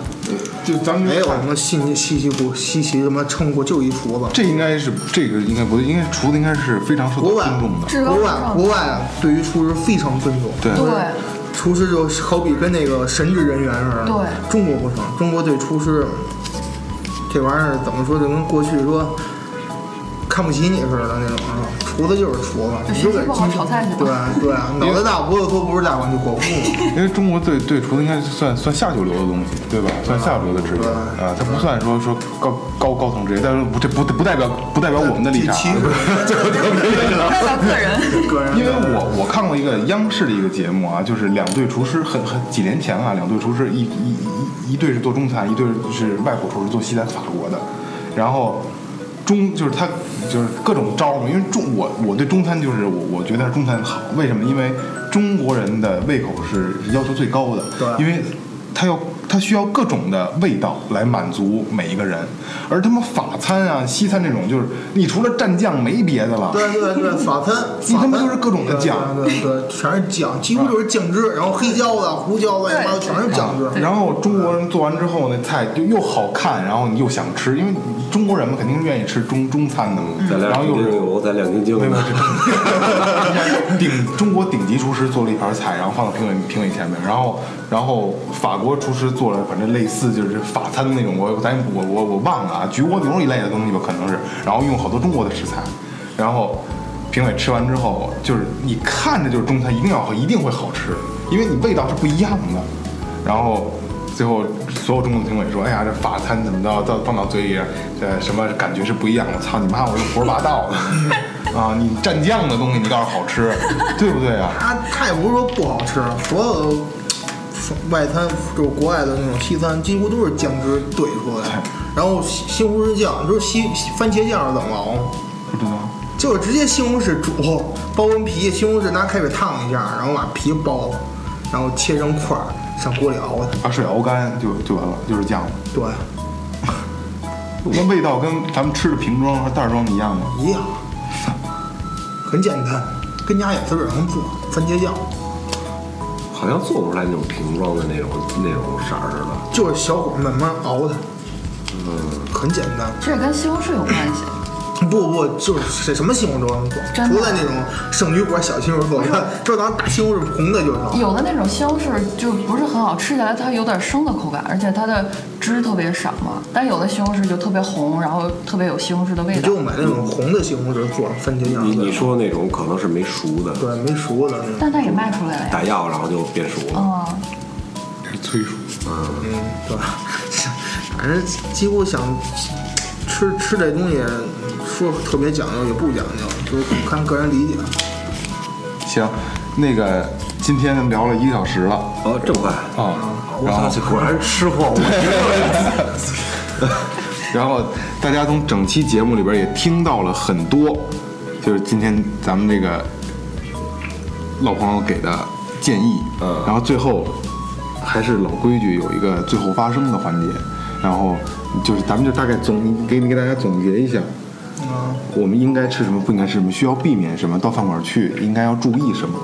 S1: 就咱们
S4: 没有什么稀稀奇古稀奇什么称呼，就一厨子。
S1: 这应该是这个应该不对，应该厨子应该是非常受
S4: 国
S1: 到
S4: 外
S1: 尊重的。
S2: 至高
S4: 国
S2: 无
S4: 外
S2: 上
S4: 国外啊对于厨师非常尊重，
S1: 对
S2: 对，
S4: 嗯厨师就好比跟那个神职人员似的。
S2: 对，
S4: 中国不成，中国对厨师这玩意儿怎么说，就跟过去说看不起你似的那种，是吧？厨子就是厨子，
S2: 就
S4: 你就
S2: 学
S4: 给
S2: 习不好炒菜去
S4: 对
S2: 吧。
S4: 对，啊 脑袋大脖子粗不是大碗就过不去。
S1: 因为中国对对厨子应该是算算下九流的东西，对吧？算下流的职业
S4: 对
S1: 啊，它不算说说高高高层职业，但是这不不代表不代表我们的立场啊。
S4: 其实
S2: 代表个人，
S4: 个人
S1: 因为我我看过一个央视的一个节目啊，就是两对厨师，很很几年前啊，两对厨师一一一一对是做中餐，一对是外国厨师做西餐，法国的，然后。中就是他，就是各种招嘛。因为中我我对中餐就是我我觉得中餐好，为什么？因为中国人的胃口是要求最高的，
S4: 对
S1: 因为他要他需要各种的味道来满足每一个人。而他妈法餐啊、西餐这种，就是你除了蘸酱没别的了。
S4: 对对对，法餐，
S1: 你他妈
S4: 法餐
S1: 就是各种的酱
S4: 对对对，对全是酱，几乎就是酱汁，然后黑椒子、胡椒子，
S2: 对
S4: 妈的全是酱汁。
S1: 然后中国人做完之后，那菜就又好看，然后你又想吃，因为中国人嘛肯定是愿意吃中中餐的嘛，
S3: 咱俩
S1: 然后又
S3: 天
S1: 是
S3: 油，咱俩天精
S1: 没有没有， 这顶中国顶级厨师做了一盘菜，然后放到评委评委前面，然后然后法国厨师做了，反正类似就是法餐那种，我咱我我我忘了啊，焗蜗牛一类的东西吧，可能是，然后用好多中国的食材，然后评委吃完之后，就是你看着就是中餐，一定要一定会好吃，因为你味道是不一样的。然后最后所有中国的评委说：“哎呀，这法餐怎么着，到放到嘴里，这什么感觉是不一样的？操你妈，我是胡说八道的啊！你蘸酱的东西，你倒是好吃，对不对啊？”
S4: 它它也不是说不好吃，所有的外餐就是国外的那种西餐，几乎都是酱汁兑出来的。然后西西红柿酱，你知道西西番茄酱是怎么熬吗？
S1: 不知道。
S4: 就是直接西红柿煮，剥完皮，西红柿拿开水烫一下，然后把皮剥了，然后切成块儿，上锅里熬它。
S1: 把啊水熬干就就完了，就是酱了。
S4: 对，
S1: 那味道跟咱们吃的瓶装和袋装的一样吗？
S4: 一样，很简单，跟家也自个儿能做番茄酱，
S3: 好像做不出来那种瓶装的那种那种色儿似的。
S4: 就是小火慢慢熬它。嗯，很简单。
S2: 这跟西红柿有关系。
S4: 不不，就是什么西红柿都能做，
S2: 真的嗯
S4: 除了那种剩鱼馆小西红柿做不了，这咱大西红柿红的就是好。
S2: 有的那种西红柿就不是很好吃起来，它有点生的口感，而且它的汁特别少嘛。但有的西红柿就特别红，然后特别有西红柿的味
S4: 你
S2: 道
S4: 就。买那种红的西红柿做番茄酱
S3: 你，你说那种可能是没熟的，
S4: 对，没熟的那种。
S2: 但它也卖出来了呀。
S3: 打药然后就变熟了。
S2: 嗯，
S1: 这是催熟。
S4: 嗯，对吧？反正几乎想吃吃这东西，说特别讲究也不讲究，就是看个人理解。
S1: 行，那个今天聊了一个小时了
S3: 哦，这么快？
S1: 啊，
S3: 我操，这果然是吃货。
S1: 然后大家从整期节目里边也听到了很多，就是今天咱们这个老朋友给的建议，
S3: 嗯
S1: 然后最后还是老规矩，有一个最后发声的环节，然后就是咱们就大概总给你给大家总结一下，
S4: 啊，
S1: 我们应该吃什么，不应该吃什么，需要避免什么，到饭馆去应该要注意什么。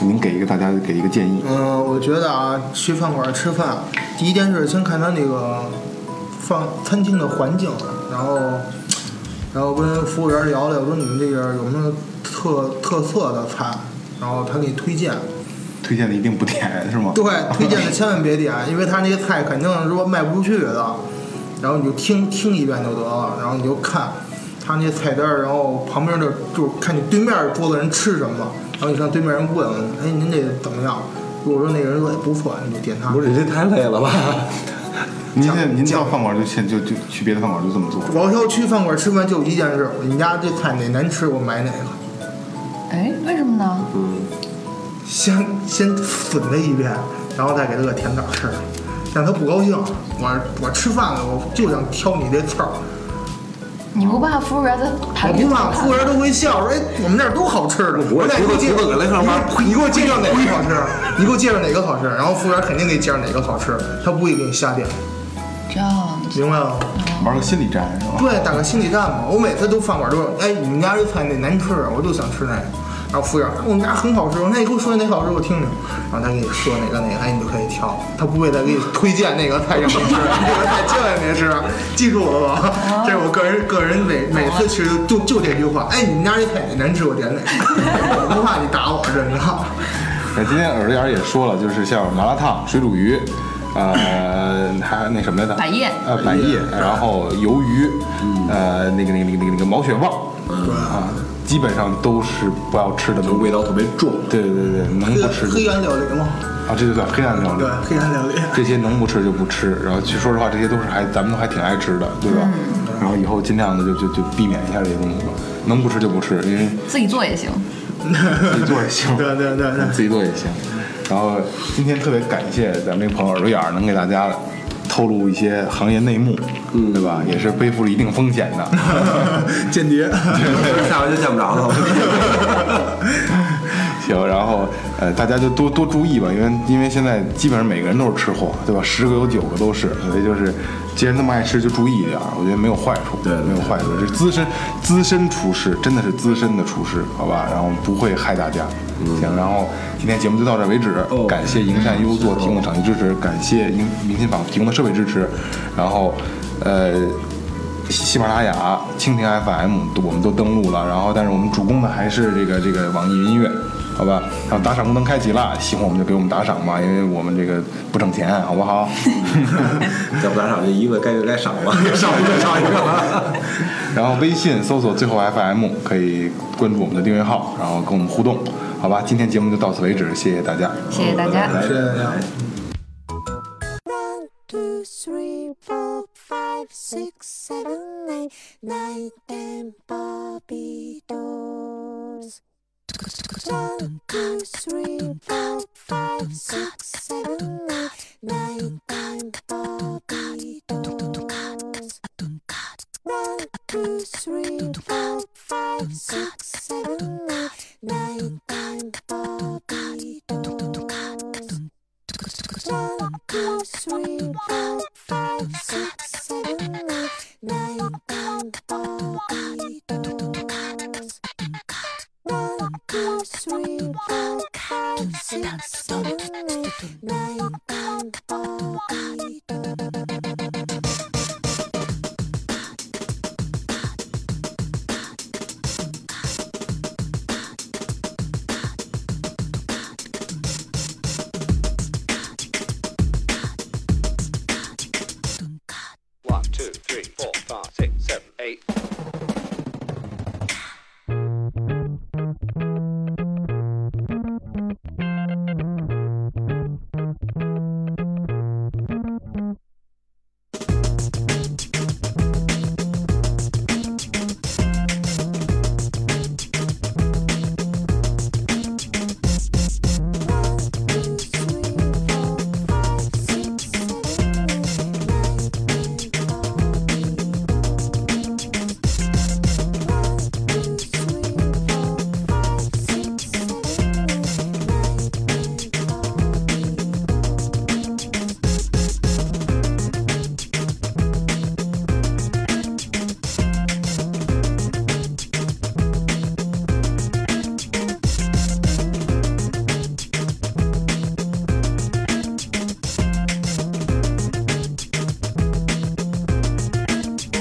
S1: 您给一个大家给一个建议，
S4: 嗯，我觉得啊，去饭馆吃饭，第一件事先看他那个饭餐厅的环境，然后然后跟服务员聊聊，说你们这边有没有特特色的菜，然后他给你推荐。
S1: 推荐的一定不点是吗？
S4: 对，推荐的千万别点，因为他那些菜肯定是说卖不出去的。然后你就听听一遍就得了，然后你就看他那些菜单儿，然后旁边的就是看你对面桌子人吃什么，然后你上对面人问问，哎，您这怎么样？如果说那个人说哎不错，你就点他。
S3: 不是，这太累 了吧？
S1: 您现在您到饭馆就现就就去别的饭馆就这么做了，
S4: 老肖去饭馆吃饭就一件事，你家这菜哪难吃我买哪个，
S2: 哎，为什么呢？
S4: 先先损他一遍，然后再给他个甜枣吃，让他不高兴。我我吃饭了，我就想挑你这刺儿。
S2: 你不怕服务员在
S4: 我
S2: 排队
S4: 不怕，服务员都会笑说：“哎，我们这儿都好吃的。”
S3: 我
S4: 说：“那
S3: 除了
S4: 你给我介
S3: 除了葛雷饭吧
S4: 你给我介绍哪个好吃？你给我介绍哪个好吃？”然后服务员肯定给你介绍哪个好吃，他不会给你瞎点，
S2: 这样子。
S4: 明白吗？
S1: 玩个心理战是吧？
S4: 对，打个心理战嘛。我每次都饭馆都是：“哎，你们家这菜那难吃，啊我就想吃那个。”然后服务员：“哎我们家很好吃，那你给我说哪好吃，我听听。”然后他给你说哪个哪个，哎，你就可以挑。他不会再给你推荐那个菜让你吃， 那个菜千万别吃，记住了吧？这是我个人个人每每次去就就这句话。哎，你们家这菜哪难吃，我点哪个。 我不怕你打我，真的。
S1: 那今天耳朵眼儿也说了，就是像麻辣烫、水煮鱼，呃，还有那什么来着？
S2: 百叶
S1: 呃，百叶，然后鱿鱼，呃，那个那个那个那个那个毛血旺，啊，基本上都是不要吃的
S3: 就
S1: 东西。
S3: 味道特别 重。
S1: 对对对，能
S4: 黑
S1: 不吃
S4: 黑
S1: 就
S4: 暗料理嘛，
S1: 啊，这就叫黑暗料理
S4: 对。，黑暗料理。
S1: 这些能不吃就不吃，然后其实说实话，这些都是还咱们都还挺爱吃的，对吧？然后以后尽量的就就就避免一下这些东西吧，能不吃就不吃，因为
S2: 自己做也行。
S1: 自己做也行。
S4: 对对对对。
S1: 自己做也行。然后今天特别感谢咱们这个朋友耳朵眼儿能给大家透露一些行业内幕，嗯，对吧？也是背负了一定风险 的。
S4: 间谍，
S3: 下回就见不着 了。
S1: 行，然后呃，大家就多多注意吧，因为因为现在基本上每个人都是吃货，对吧？十个有九个都是，所以就是既然那么爱吃，就注意一点儿，我觉得没有坏处，
S3: 对对
S1: 没有坏处。是资深资深厨师，真的是资深的厨师，好吧？然后不会害大家。行，然后今天节目就到这儿为止，
S3: 哦
S1: 感谢营善优作提供的场地支持，感谢营明信坊提供的设备支持，然后呃。喜马拉雅、蜻蜓 FM 我们都登录了，然后但是我们主攻的还是这个这个网易云音乐，好吧？啊，打赏功能开启了，喜欢我们就给我们打赏吧，因为我们这个不挣钱，好不好？
S3: 要不打赏就一个该该赏 了，赏一个赏一个。
S1: 然后微信搜索最后 FM 可以关注我们的订阅号，然后跟我们互动，好吧？今天节目就到此为止，谢谢大家。
S2: 谢谢大家。
S3: 来
S4: 谢谢大家。
S5: One, two, three, four, five, six, seven, eight, nine, ten Bobby dolls. One, two, three, four, five, six, seven, eight, nine, ten Bobby dolls. One, two, three, four, five, six, seven, eight, nine, ten Bobby dolls. One, two, three, four, five, six, seven, eight, nine, ten, Bobby dolls. One, two, three, four, five, six, seven, eight, nine, ten, Bobby
S6: One, two, three, four, five, six, seven, eight.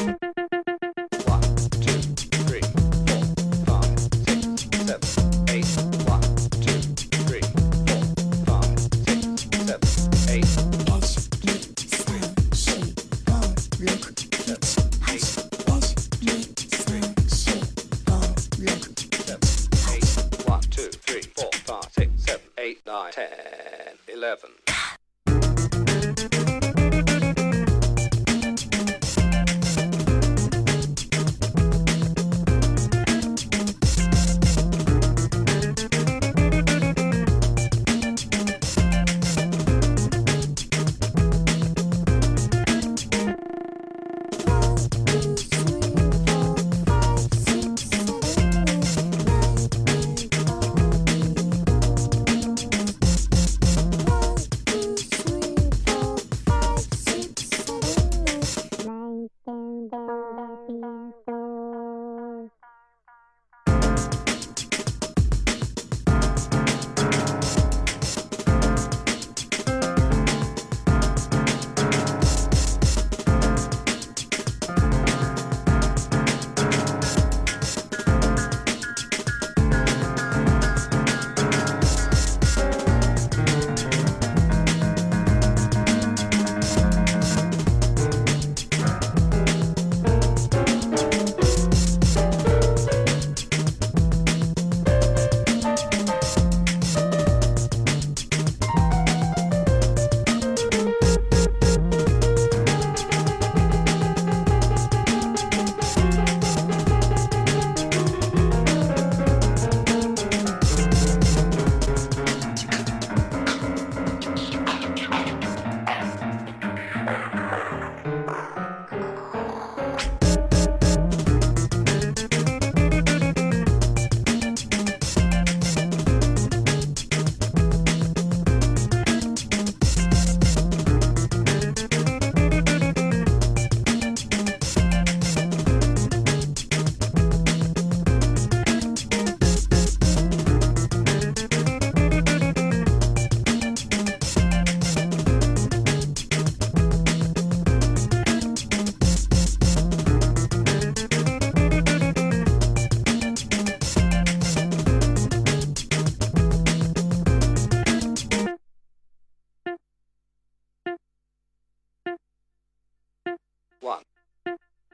S6: One, two, three, four, five, six, seven, eight. One, two, three, four, five, six, seven, eight. One, seven, eight. One, two, three, four, five, six, seven, eight, nine, ten, eleven.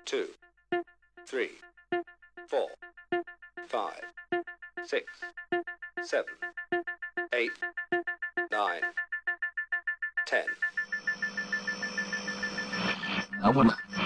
S6: two, three, four, five, six, seven, eight, nine, ten.
S7: I want.